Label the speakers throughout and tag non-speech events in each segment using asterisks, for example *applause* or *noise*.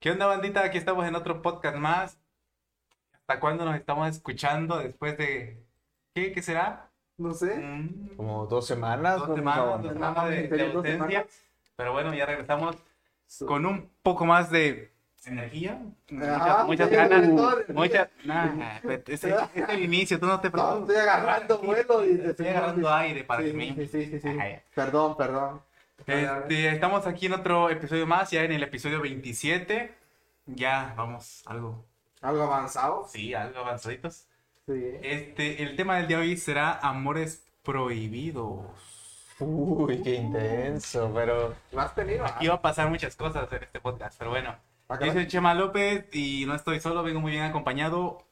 Speaker 1: ¿Qué onda, bandita? Aquí estamos en otro podcast más. ¿Hasta cuándo nos estamos escuchando después de... ¿Qué? ¿Qué será?
Speaker 2: No sé.
Speaker 1: Mm,
Speaker 3: Como dos semanas.
Speaker 1: Dos
Speaker 3: ¿no?
Speaker 1: semanas, dos
Speaker 2: no,
Speaker 1: semanas de,
Speaker 2: en
Speaker 1: de
Speaker 2: serio, dos
Speaker 1: ausencia. Pero bueno, ya regresamos
Speaker 2: So-
Speaker 1: con un poco más de energía.
Speaker 2: Ah,
Speaker 1: Muchas, muchas
Speaker 2: sí,
Speaker 1: ganas.
Speaker 2: sobre todo de energía.
Speaker 1: Muchas... Nah, pues, es, es- es el inicio, tú no te
Speaker 2: No,
Speaker 1: preocupes.
Speaker 2: estoy
Speaker 1: *laughs*
Speaker 2: agarrando vuelo y
Speaker 1: Estoy agarrando aire para
Speaker 2: sí,
Speaker 1: que me...
Speaker 2: sí, sí, sí, sí.
Speaker 1: Ajá.
Speaker 2: Perdón, perdón.
Speaker 1: Este, estamos aquí en otro episodio más, ya en el episodio 27. Ya vamos, algo,
Speaker 2: ¿Algo avanzado?
Speaker 1: sí, algo avanzaditos.
Speaker 2: Sí.
Speaker 1: Este, el tema del día de hoy será amores prohibidos.
Speaker 3: Uy, qué intenso, pero
Speaker 2: ¿Lo has tenido?
Speaker 1: Aquí va a pasar muchas cosas en este podcast, pero bueno.
Speaker 2: Ah,
Speaker 1: Yo
Speaker 2: caray.
Speaker 1: soy Chema López y no estoy solo, vengo muy bien acompañado.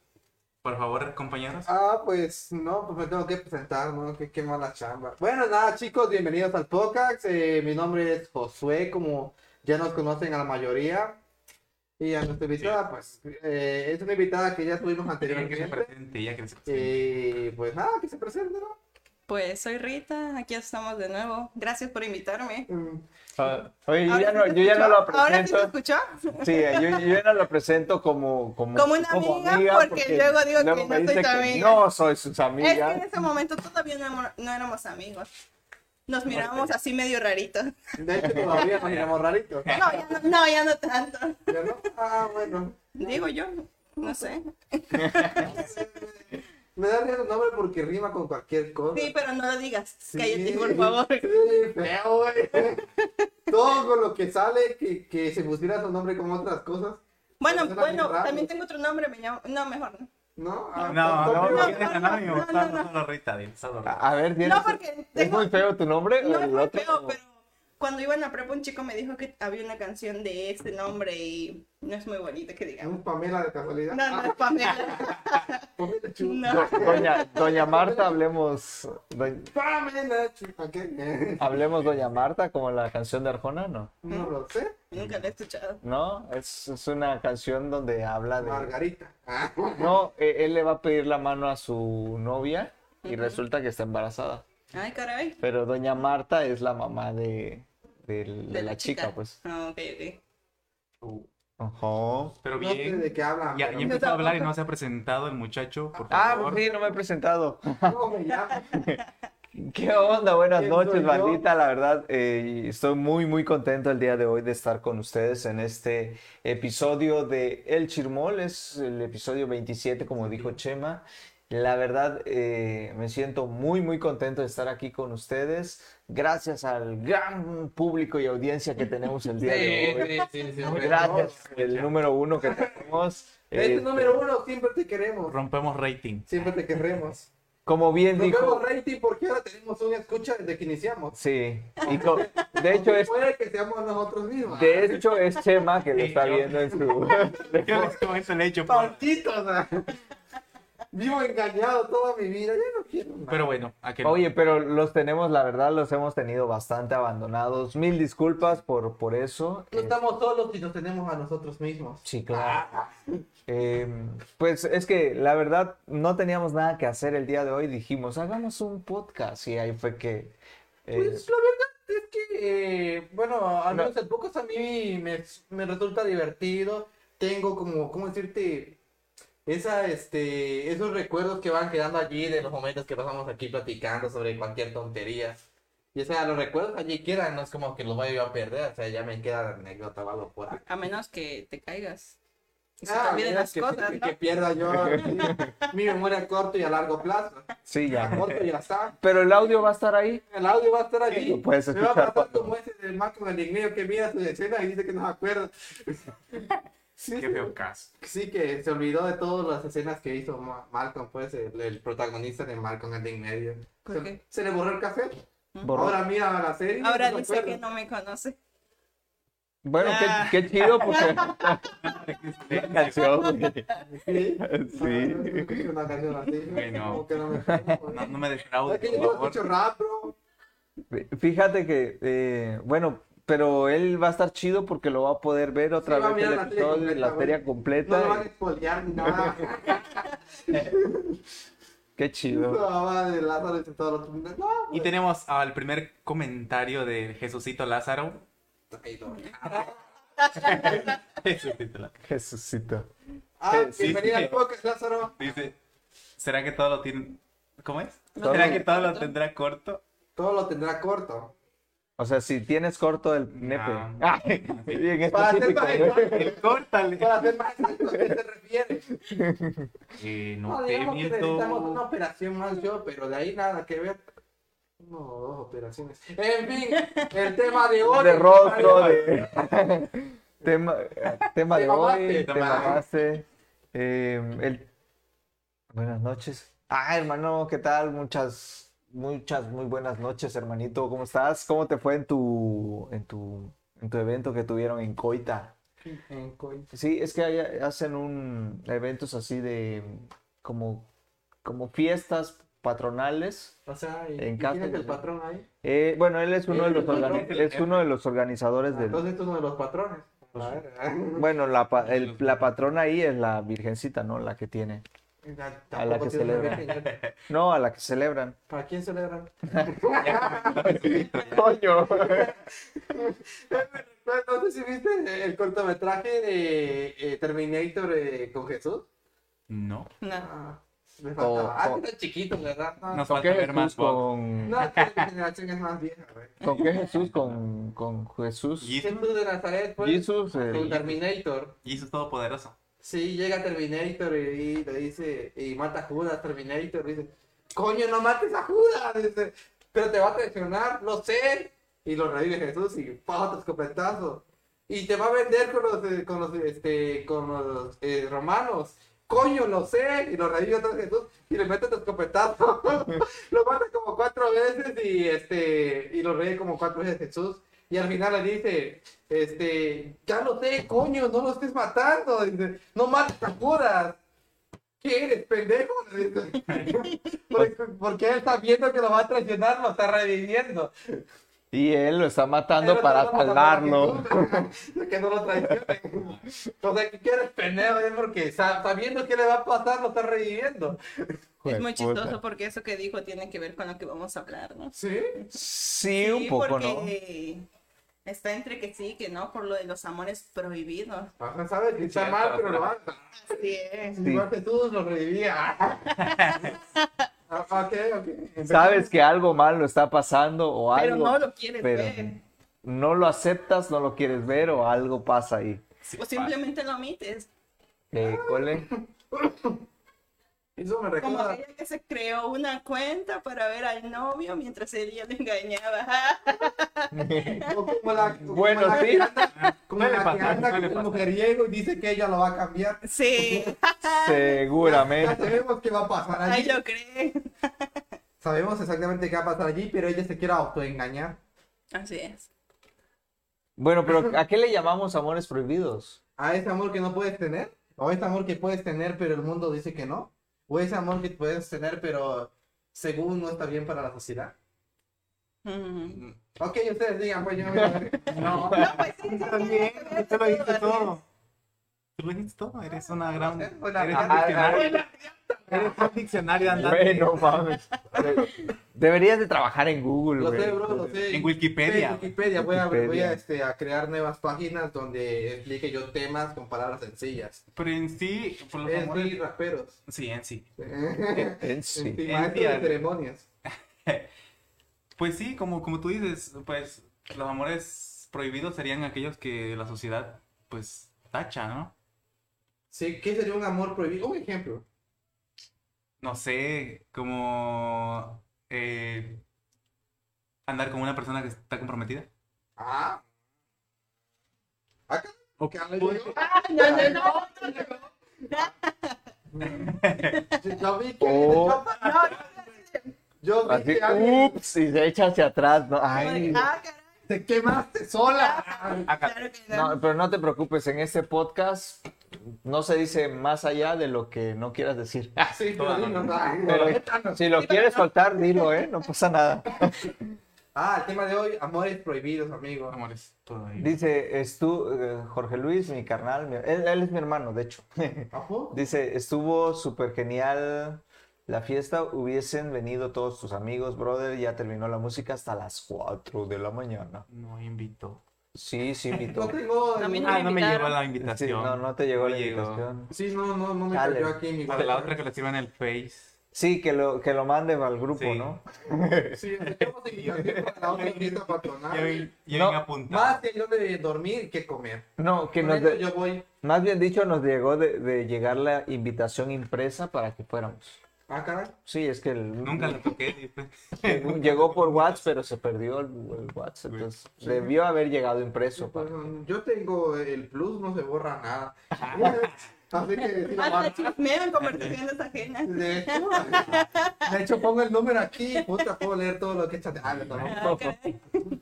Speaker 1: Por favor, compañeros.
Speaker 2: Ah, pues no, pues me tengo que presentar, ¿no? Qué, qué mala chamba. Bueno, nada, chicos, bienvenidos al podcast. Eh, mi nombre es Josué, como ya nos conocen a la mayoría. Y a nuestra invitada, pues, eh, es una invitada que ya tuvimos
Speaker 1: Ya que se
Speaker 2: anteriormente.
Speaker 1: presente, ya que
Speaker 2: Eh,
Speaker 1: se presente.
Speaker 2: Y pues nada, que se presente, ¿no?
Speaker 4: Pues soy Rita, aquí estamos de nuevo. Gracias por invitarme.
Speaker 2: Mm,
Speaker 3: ah, oye, yo
Speaker 4: Ahora
Speaker 3: ya
Speaker 4: sí
Speaker 3: no,
Speaker 4: te
Speaker 3: yo ya no
Speaker 4: escucho.
Speaker 3: lo
Speaker 4: Ahora sí te
Speaker 3: presento.
Speaker 4: escuchó.
Speaker 3: Sí, yo, yo ya no lo presento como como,
Speaker 4: Como una amiga, porque luego digo que
Speaker 3: luego
Speaker 4: no
Speaker 3: me
Speaker 4: soy
Speaker 3: dice
Speaker 4: tu
Speaker 3: que
Speaker 4: amiga.
Speaker 3: No soy sus
Speaker 4: Es que en
Speaker 3: amigas.
Speaker 4: ese momento todavía no, éramos- no éramos amigos. Nos mirábamos
Speaker 3: pues.
Speaker 4: así medio
Speaker 3: *laughs*
Speaker 4: raritos.
Speaker 2: De hecho, todavía
Speaker 1: *laughs*
Speaker 2: nos miramos raritos.
Speaker 4: No, ya no, no, ya no tanto.
Speaker 2: ¿Ya no? Ah, bueno.
Speaker 4: Digo yo, no sé.
Speaker 2: Me da risa el nombre porque rima con cualquier cosa.
Speaker 4: Sí, pero no lo digas.
Speaker 2: Sí.
Speaker 4: Cállate, por favor.
Speaker 2: Sí, feo, güey. Todo con lo que sale, que, que se pusiera su nombre como otras cosas,
Speaker 4: Bueno,
Speaker 2: Suena
Speaker 4: bueno,
Speaker 2: bien raro.
Speaker 4: también tengo otro nombre, me llamo. No, mejor no.
Speaker 2: ¿no? Ah,
Speaker 1: No,
Speaker 2: to-
Speaker 1: no,
Speaker 2: to-
Speaker 1: no,
Speaker 4: no,
Speaker 1: tienes
Speaker 4: no,
Speaker 1: anónimo,
Speaker 4: no,
Speaker 1: solo-
Speaker 4: no.
Speaker 1: solo Rita, bien, solo Rita.
Speaker 2: Ah,
Speaker 3: A a ver, tienes-
Speaker 4: No, porque
Speaker 3: ¿Es
Speaker 4: tengo-
Speaker 3: muy feo tu nombre
Speaker 4: No
Speaker 3: o
Speaker 4: es
Speaker 3: el
Speaker 4: muy
Speaker 3: otro?
Speaker 4: feo, pero cuando iba en la prepa un chico me dijo que había una canción de este nombre y no es muy bonita que digamos.
Speaker 2: Un Pamela de casualidad.
Speaker 4: No, no es
Speaker 3: *laughs*
Speaker 4: Pamela.
Speaker 2: Ah, Pamela Chu.
Speaker 4: No.
Speaker 3: Do- Doña, Doña Marta, hablemos doña,
Speaker 2: Pamela Chu. ¿Ok?
Speaker 3: hablemos Doña Marta como la canción de Arjona, ¿no?
Speaker 2: *laughs* No lo sé.
Speaker 4: Nunca la he escuchado.
Speaker 3: No, es, es una canción donde habla de
Speaker 2: Margarita. Ah,
Speaker 3: No, eh, él le va a pedir la mano a su novia y resulta que está embarazada.
Speaker 4: Ay, caray.
Speaker 3: Pero doña Marta es la mamá de, del- de la, chica, pues.
Speaker 4: Ah, ok, ok.
Speaker 3: Ajá.
Speaker 1: Pero
Speaker 2: no sé
Speaker 1: bien.
Speaker 2: de qué hablan. pues
Speaker 1: Ya,
Speaker 2: pero
Speaker 1: ya empezó a hablar y no se ha presentado el muchacho, por
Speaker 3: Ah,
Speaker 1: favor.
Speaker 3: sí, no me he presentado.
Speaker 2: ¿Cómo me llamo?
Speaker 3: ¿Qué onda? Buenas
Speaker 2: ¿Quién soy
Speaker 3: noches,
Speaker 2: yo?
Speaker 3: bandita. La verdad, eh, estoy muy, muy contento el día de hoy de estar con ustedes en este episodio de El Chirmol. Es el episodio 27, como dijo Chema. La verdad, eh, me siento muy, muy contento de estar aquí con ustedes. Gracias al gran público y audiencia que tenemos el día de hoy. Gracias, el número uno que tenemos.
Speaker 2: Este
Speaker 3: Eh,
Speaker 2: número uno, siempre te queremos.
Speaker 1: Rompemos rating.
Speaker 2: Siempre te queremos.
Speaker 3: Como bien
Speaker 2: Nos
Speaker 3: dijo.
Speaker 2: vemos rating porque ahora tenemos una escucha desde que iniciamos.
Speaker 3: Sí. y co- de hecho, este es
Speaker 2: Puede que seamos nosotros mismos.
Speaker 3: De hecho, es Chema que lo
Speaker 1: Sí,
Speaker 3: está
Speaker 1: yo-
Speaker 3: viendo en su.
Speaker 1: Yo les comento el hecho, pues. por-
Speaker 2: Tontitos, ah. Vivo engañado toda mi vida, ya no quiero más.
Speaker 1: pero bueno, a *laughs* que no.
Speaker 3: Oye, pero los tenemos, la verdad, los hemos tenido bastante abandonados. Mil disculpas por, por eso.
Speaker 2: No
Speaker 3: Eh,
Speaker 2: estamos solos y nos tenemos a nosotros mismos.
Speaker 3: sí, claro. Eh, pues es que la verdad no teníamos nada que hacer el día de hoy. Dijimos, hagamos un podcast. Y ahí fue que. eh,
Speaker 2: Pues la verdad es que, eh, bueno, al
Speaker 3: No.
Speaker 2: menos el podcast a mí me, me resulta divertido. Tengo como, ¿cómo decirte? Esa, este, esos recuerdos que van quedando allí de los momentos que pasamos aquí platicando sobre cualquier tontería. Y o sea, los recuerdos allí quedan, no es como que los vaya yo a perder, o sea, ya me queda la anécdota o algo por ahí.
Speaker 4: A menos que te caigas. Y se
Speaker 2: Ah,
Speaker 4: te olviden
Speaker 2: mira,
Speaker 4: las
Speaker 2: que-
Speaker 4: cosas,
Speaker 2: que,
Speaker 4: ¿no?
Speaker 2: que pierda yo mi memoria a corto y a largo plazo.
Speaker 3: sí,
Speaker 2: A
Speaker 3: ya.
Speaker 2: corto ya está.
Speaker 3: Pero el audio va a estar ahí.
Speaker 2: El audio va a estar allí.
Speaker 3: Lo puedes
Speaker 2: Me va a pasar
Speaker 3: escuchar cuando-
Speaker 2: como ese del Marco Galigneo que mira su escena y dice que no se acuerda. Sí,
Speaker 1: qué feo
Speaker 2: *laughs*
Speaker 1: caso.
Speaker 2: sí, que se olvidó de todas las escenas que hizo Ma- Malcolm, pues, el, el protagonista de Malcolm Galigneo.
Speaker 4: ¿Por
Speaker 2: Se,
Speaker 4: qué?
Speaker 2: se le borró el café.
Speaker 3: Borró.
Speaker 2: Ahora mira la serie. y
Speaker 4: Ahora
Speaker 2: se
Speaker 4: dice
Speaker 2: acuerda.
Speaker 4: que no me conoce.
Speaker 3: Bueno,
Speaker 4: Ah.
Speaker 3: qué, qué chido
Speaker 2: *laughs*
Speaker 3: porque. *laughs* Qué canción, güey.
Speaker 2: Sí.
Speaker 3: Sí.
Speaker 2: No, no, no escucho una canción así.
Speaker 1: Bueno.
Speaker 2: Como que no me
Speaker 1: No, no me defraudes,
Speaker 2: Es que yo
Speaker 1: por
Speaker 2: no
Speaker 1: favor.
Speaker 2: escucho rap, bro.
Speaker 3: Fíjate que, eh, bueno, pero él va a estar chido porque lo va a poder ver otra
Speaker 2: Sí, va a
Speaker 3: vez
Speaker 2: mirar
Speaker 3: el
Speaker 2: la tele
Speaker 3: episodio,
Speaker 2: completa,
Speaker 3: la
Speaker 2: güey.
Speaker 3: feria completa.
Speaker 2: No lo van a spoilear ni nada.
Speaker 3: Qué chido.
Speaker 2: No, madre, Lázaro y todo lo que- No,
Speaker 1: Y tenemos al primer comentario de Jesucito Lázaro. *laughs*
Speaker 2: Ay, no.
Speaker 1: Jesucito Lázaro.
Speaker 3: Jesucito.
Speaker 2: Ah,
Speaker 1: Sí,
Speaker 2: bienvenida
Speaker 1: sí.
Speaker 2: al podcast, Lázaro.
Speaker 1: Dice, ¿será que todo lo tiene... ¿Cómo es?
Speaker 4: Todo
Speaker 1: ¿Será
Speaker 3: lo-
Speaker 1: que todo lo tendrá corto?
Speaker 2: Todo lo tendrá corto.
Speaker 3: O sea, si tienes corto el nepe.
Speaker 1: No.
Speaker 3: *laughs* Ay, bien
Speaker 2: Para ser
Speaker 3: específico,
Speaker 2: más-
Speaker 3: ¿eh?
Speaker 1: El córtale.
Speaker 2: *laughs* Para hacer más exacto, ¿a qué se refiere?
Speaker 1: Eh, no,
Speaker 2: No,
Speaker 1: te
Speaker 2: digamos que
Speaker 1: miento.
Speaker 2: necesitamos una operación más yo, pero de ahí nada que ver. No, dos operaciones. En fin, el tema de hoy.
Speaker 3: De rostro, de... *laughs* tema, tema de hoy,
Speaker 2: mamaste,
Speaker 3: te
Speaker 1: no mames.
Speaker 3: mamaste. Eh, el- Buenas noches. Ah, hermano, ¿qué tal? Muchas, muchas, muy buenas noches, hermanito. ¿Cómo estás? ¿Cómo te fue en tu, en tu, en tu evento que tuvieron en Coita?
Speaker 2: En coin-
Speaker 3: Sí, es que hay- hacen un eventos así de como, como fiestas patronales.
Speaker 2: O sea, ¿y-
Speaker 3: En
Speaker 2: y
Speaker 3: casa,
Speaker 2: ¿quién es el
Speaker 3: ¿no?
Speaker 2: patrón ahí?
Speaker 3: Eh, bueno, él es uno de los organi-
Speaker 1: El-
Speaker 3: es uno de los organizadores del,
Speaker 2: Entonces, tú uno de los patrones. A ver, ah,
Speaker 3: Bueno, la, pa- el- la patrona ahí es la virgencita, ¿no? La que tiene. a la
Speaker 2: tampoco
Speaker 3: que
Speaker 2: tiene
Speaker 3: celebra.
Speaker 2: una virgen.
Speaker 3: No, a la que
Speaker 4: *laughs*
Speaker 3: celebran.
Speaker 2: ¿Para quién celebran?
Speaker 3: Coño.
Speaker 2: No, no sé si viste el cortometraje de eh, Terminator eh, con Jesús.
Speaker 1: No,
Speaker 4: No.
Speaker 2: Ah, me
Speaker 3: O-
Speaker 2: faltaba. Ah,
Speaker 3: o-
Speaker 2: era chiquito, ¿verdad? No,
Speaker 1: nos
Speaker 3: ¿Con qué
Speaker 1: falta ver más
Speaker 3: Jesús?
Speaker 1: Bob.
Speaker 3: Con...
Speaker 2: no, es que la generación es más vieja, güey.
Speaker 3: ¿Con qué Jesús? Con, con Jesús.
Speaker 1: Jesus,
Speaker 2: Jesús de Nazaret, pues.
Speaker 3: Jesús. el-
Speaker 2: Con Terminator.
Speaker 1: Jesus Todopoderoso.
Speaker 2: Sí, llega Terminator y, y le dice, y mata a Judas, Terminator, y dice, coño, no mates a Judas, dice, pero te va a traicionar, lo sé. Y lo revive Jesús y pa, otro escopetazo. Y te va a vender con los, eh, con los, este, con los eh, romanos. Coño, lo sé. Y lo revive otro Jesús y le mete otro escopetazo. *laughs* lo mata como cuatro veces y, este, y lo revive como cuatro veces Jesús. Y al final le dice, este, ya lo sé, coño, no lo estés matando. Dice, no mates a Judas. ¿Qué eres, pendejo? *laughs* Le dice. Porque, porque él está viendo que lo va a traicionar, lo está reviviendo.
Speaker 3: Y él lo está matando
Speaker 2: Pero
Speaker 3: para
Speaker 2: no lo mataron
Speaker 3: salvarlo.
Speaker 2: a *laughs* Jesús, que no lo traicionen. O sea, que quieres pendejo, es porque sa- sabiendo qué le va a pasar, lo está reviviendo.
Speaker 4: Es muy
Speaker 3: Jueputa.
Speaker 4: chistoso porque eso que dijo tiene que ver con lo que vamos a hablar, ¿no?
Speaker 2: ¿Sí?
Speaker 3: Sí, un poco, ¿no?
Speaker 4: porque Está entre que sí y que no por lo de los amores prohibidos.
Speaker 2: Ajá, sabes que está
Speaker 1: Cierto,
Speaker 2: mal, pero lo hace.
Speaker 4: Así es.
Speaker 3: Sí.
Speaker 2: Igual Jesús lo revivía. *laughs* Ah, ok, ok.
Speaker 3: Sabes que algo malo está pasando o
Speaker 4: Pero
Speaker 3: algo.
Speaker 4: no lo quieres
Speaker 3: pero
Speaker 4: ver.
Speaker 3: No lo aceptas, no lo quieres ver o algo pasa ahí.
Speaker 1: Sí,
Speaker 4: O Pues simplemente lo omites.
Speaker 3: Eh, cole.
Speaker 2: Eso me
Speaker 4: Como
Speaker 2: recuerda.
Speaker 4: aquella que se creó una cuenta para ver al novio mientras ella le engañaba. *laughs*
Speaker 2: O como la, como
Speaker 3: Bueno,
Speaker 2: la
Speaker 3: sí.
Speaker 2: que anda- como
Speaker 1: Ah, Suele
Speaker 2: la que
Speaker 1: pasar,
Speaker 2: anda con
Speaker 1: suele
Speaker 2: el
Speaker 1: pasar.
Speaker 2: mujeriego y dice que ella lo va a cambiar.
Speaker 4: Sí.
Speaker 2: Ya
Speaker 3: *laughs* Seguramente.
Speaker 2: sabemos qué va a pasar
Speaker 4: Ay,
Speaker 2: allí.
Speaker 4: lo cree.
Speaker 2: Sabemos exactamente qué va a pasar allí, pero ella se quiere autoengañar.
Speaker 4: Así es.
Speaker 3: Bueno, pero ¿a qué le llamamos amores prohibidos?
Speaker 2: a ese amor que no puedes tener, o ese amor que puedes tener pero el mundo dice que no, o ese amor que puedes tener pero según no está bien para la sociedad.
Speaker 4: Mm.
Speaker 2: Ok, ustedes digan, pues yo no voy a ver.
Speaker 1: *laughs* No,
Speaker 4: No, pues sí, sí,
Speaker 1: está
Speaker 4: tiene
Speaker 1: bien,
Speaker 4: que ver
Speaker 1: tú lo dijiste
Speaker 4: así
Speaker 1: todo. Tú lo dijiste todo, eres una gran...
Speaker 2: Eh,
Speaker 1: Eres
Speaker 2: hola,
Speaker 1: un
Speaker 2: ah,
Speaker 1: diccionario. Eres un diccionario andante.
Speaker 3: Bueno, mames. Deberías de trabajar en Google,
Speaker 2: Lo sé,
Speaker 3: güey.
Speaker 2: bro, lo sé.
Speaker 1: En
Speaker 2: En
Speaker 1: Wikipedia.
Speaker 2: Wikipedia voy a, voy
Speaker 3: Wikipedia.
Speaker 2: a, este, a crear nuevas páginas donde explique yo temas con palabras sencillas.
Speaker 1: Pero en sí, por los
Speaker 2: Es
Speaker 1: amores...
Speaker 2: muy raperos.
Speaker 1: *laughs* Sí, en sí.
Speaker 2: En
Speaker 3: En
Speaker 2: sí,
Speaker 3: sí.
Speaker 2: maestro de
Speaker 1: Entiendo.
Speaker 2: ceremonias.
Speaker 1: Pues sí, como, como tú dices, pues los amores prohibidos serían aquellos que la sociedad, pues, tacha, ¿no?
Speaker 2: Sí, ¿qué sería un amor prohibido? Un ejemplo.
Speaker 1: No sé, como eh, andar con una persona que está comprometida.
Speaker 2: Ah. Acá. que hable yo.
Speaker 1: Ah,
Speaker 4: No, no, no.
Speaker 2: *laughs* Yo vi que
Speaker 3: O
Speaker 2: yo vi
Speaker 3: así, uh.
Speaker 2: que alguien
Speaker 3: ups, y se echa hacia atrás, ¿no? Ay.
Speaker 4: Ah, caray,
Speaker 2: te
Speaker 1: *laughs*
Speaker 2: quemaste sola.
Speaker 1: Acá.
Speaker 4: Ah, claro que no.
Speaker 3: No, pero no te preocupes, en este podcast no se dice más allá de lo que no quieras decir.
Speaker 2: Sí,
Speaker 1: Toda
Speaker 2: pero
Speaker 1: la
Speaker 2: no, ay,
Speaker 3: Pero
Speaker 2: cuéntanos.
Speaker 3: *laughs* si lo quieres soltar, dilo, ¿eh? No pasa nada.
Speaker 2: Ah, el tema de hoy, amores prohibidos, amigo.
Speaker 1: Amores prohibidos.
Speaker 3: Dice, estu eh, Jorge Luis, mi *laughs* carnal, mi- él, él es mi hermano, de hecho.
Speaker 2: Ojo.
Speaker 3: Dice, estuvo súper genial la fiesta hubiesen venido todos tus amigos, brother. Ya terminó la música hasta las 4 de la mañana.
Speaker 1: No invitó.
Speaker 3: Sí, sí,
Speaker 1: *laughs*
Speaker 3: invitó.
Speaker 2: No tengo.
Speaker 5: A mí no
Speaker 1: Ah,
Speaker 5: me
Speaker 1: no me
Speaker 5: invitaron.
Speaker 1: llegó la
Speaker 3: Sí,
Speaker 1: invitación.
Speaker 3: no, no te llegó
Speaker 1: No
Speaker 3: la
Speaker 1: llegó.
Speaker 3: invitación.
Speaker 2: Sí, no, no, no me
Speaker 3: Dale.
Speaker 2: cayó aquí en mi
Speaker 1: La de la otra
Speaker 2: WhatsApp.
Speaker 1: que le sirven el Face.
Speaker 3: Sí, que lo, que lo mande al grupo,
Speaker 1: Sí.
Speaker 3: ¿no?
Speaker 2: Sí, estamos en la otra fiesta patronal.
Speaker 1: Ya bien, ya
Speaker 3: No,
Speaker 1: bien apuntado.
Speaker 2: Más que yo de dormir que comer.
Speaker 3: No, que
Speaker 2: Con
Speaker 3: nos
Speaker 2: eso
Speaker 3: de-
Speaker 2: yo voy.
Speaker 3: más bien dicho, nos llegó de, de llegar la invitación impresa para que fuéramos.
Speaker 2: Ah, caray.
Speaker 3: Sí, es que el-
Speaker 1: Nunca la toqué, dice.
Speaker 3: llegó- *laughs* llegó por WhatsApp, pero se perdió el, el WhatsApp. Entonces, debió haber llegado impreso. para-
Speaker 2: Yo tengo el plus, no se borra nada. Así que si la
Speaker 4: Hasta
Speaker 2: mar-
Speaker 4: chismeo en conversaciones ajenas.
Speaker 2: de hecho, de hecho, pongo el número aquí. Puta, puedo leer todo lo que echaste. Ah, no, no.
Speaker 4: Ah, caray.
Speaker 3: *laughs*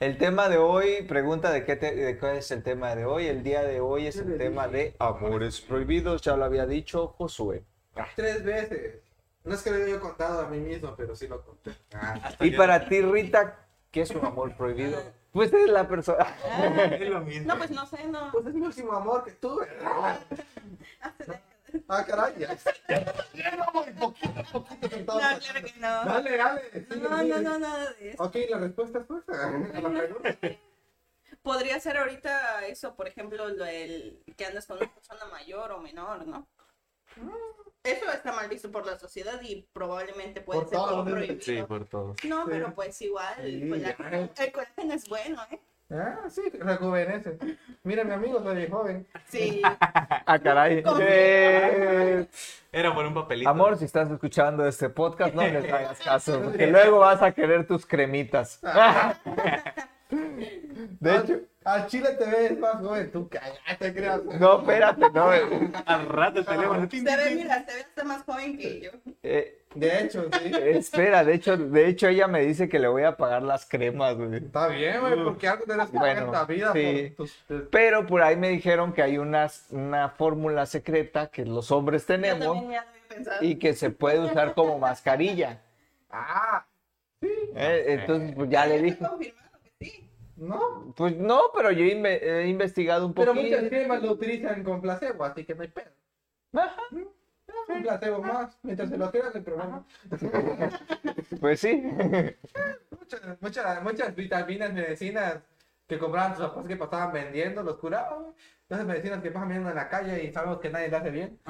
Speaker 3: El tema de hoy, pregunta de qué, te- de qué es el tema de hoy. El día de hoy es el tema de amores prohibidos. Ya lo había dicho Josué.
Speaker 2: Tres veces. No es que lo haya contado a mí mismo, pero sí lo conté. Ah,
Speaker 1: Hasta
Speaker 3: Y
Speaker 1: ya-
Speaker 3: para ti, Rita, ¿qué es un amor prohibido? Pues es la persona.
Speaker 4: Ah,
Speaker 1: Es lo mismo.
Speaker 4: No, pues no sé, no.
Speaker 2: pues es mi último amor que tuve.
Speaker 4: Hasta-
Speaker 2: Ah, caray. Ya, Ya, no, muy poquito, poquito
Speaker 4: No,
Speaker 2: sentado.
Speaker 4: claro que no.
Speaker 2: Dale, dale. sigue,
Speaker 4: No,
Speaker 2: sigue.
Speaker 4: no, no, nada de eso.
Speaker 2: Ok, la respuesta es
Speaker 4: *laughs*
Speaker 2: fuerza. A pues? *laughs* la pregunta.
Speaker 4: Podría ser ahorita eso, por ejemplo, lo del que andas con una persona mayor o menor, ¿no? Eso está mal visto por la sociedad y probablemente puede
Speaker 2: Por
Speaker 4: ser
Speaker 2: todo,
Speaker 4: como
Speaker 2: ¿no?
Speaker 4: prohibido.
Speaker 1: Sí, por todo.
Speaker 4: No,
Speaker 2: Sí.
Speaker 4: pero pues igual, el
Speaker 2: Sí,
Speaker 4: colágeno- el colágeno es bueno, ¿eh?
Speaker 2: Ah, sí, rejuvenece. Mira, mi amigo soy joven.
Speaker 4: Sí.
Speaker 3: Ah, caray.
Speaker 4: Confío.
Speaker 3: Eh,
Speaker 1: Era por un papelito.
Speaker 3: Amor, si estás escuchando este podcast, no les hagas caso, porque luego vas a querer tus cremitas. *laughs* De
Speaker 2: Al-
Speaker 3: hecho,
Speaker 2: Al Chile te ves más joven, tú cállate, creas.
Speaker 3: no, espérate, no. eh,
Speaker 1: Al rato el teléfono.
Speaker 4: Se
Speaker 1: tin, tin,
Speaker 4: ve,
Speaker 1: tin.
Speaker 4: mira, se ve hasta más joven que yo.
Speaker 3: eh,
Speaker 2: De hecho, sí.
Speaker 3: espera, de hecho, de hecho ella me dice que le voy a pagar las cremas, güey.
Speaker 2: Está bien, güey, porque algo tenés que
Speaker 3: Bueno,
Speaker 2: hacer en la vida.
Speaker 3: sí.
Speaker 2: por tus- eh, tus-
Speaker 3: Pero por ahí me dijeron que hay unas- una fórmula secreta que los hombres
Speaker 4: Yo
Speaker 3: tenemos
Speaker 4: también ya lo había pensado.
Speaker 3: y que se puede usar como mascarilla.
Speaker 2: Ah,
Speaker 3: Eh, Entonces, pues ya le
Speaker 4: Ya
Speaker 3: dije.
Speaker 4: está confirmado que sí.
Speaker 2: no.
Speaker 3: Pues no, pero yo inve- he investigado un
Speaker 2: Pero
Speaker 3: poquito.
Speaker 2: muchas cremas lo utilizan con placebo, así que no hay pedo.
Speaker 3: Ajá.
Speaker 2: Ah, Un placebo más, mientras se lo tiras el programa.
Speaker 3: Pues sí. *laughs*
Speaker 2: Muchas, muchas, muchas vitaminas, medicinas que compraban tus papás que pasaban vendiendo, los curaban. güey. Esas medicinas que pasan viendo en la calle y sabemos que nadie las hace bien.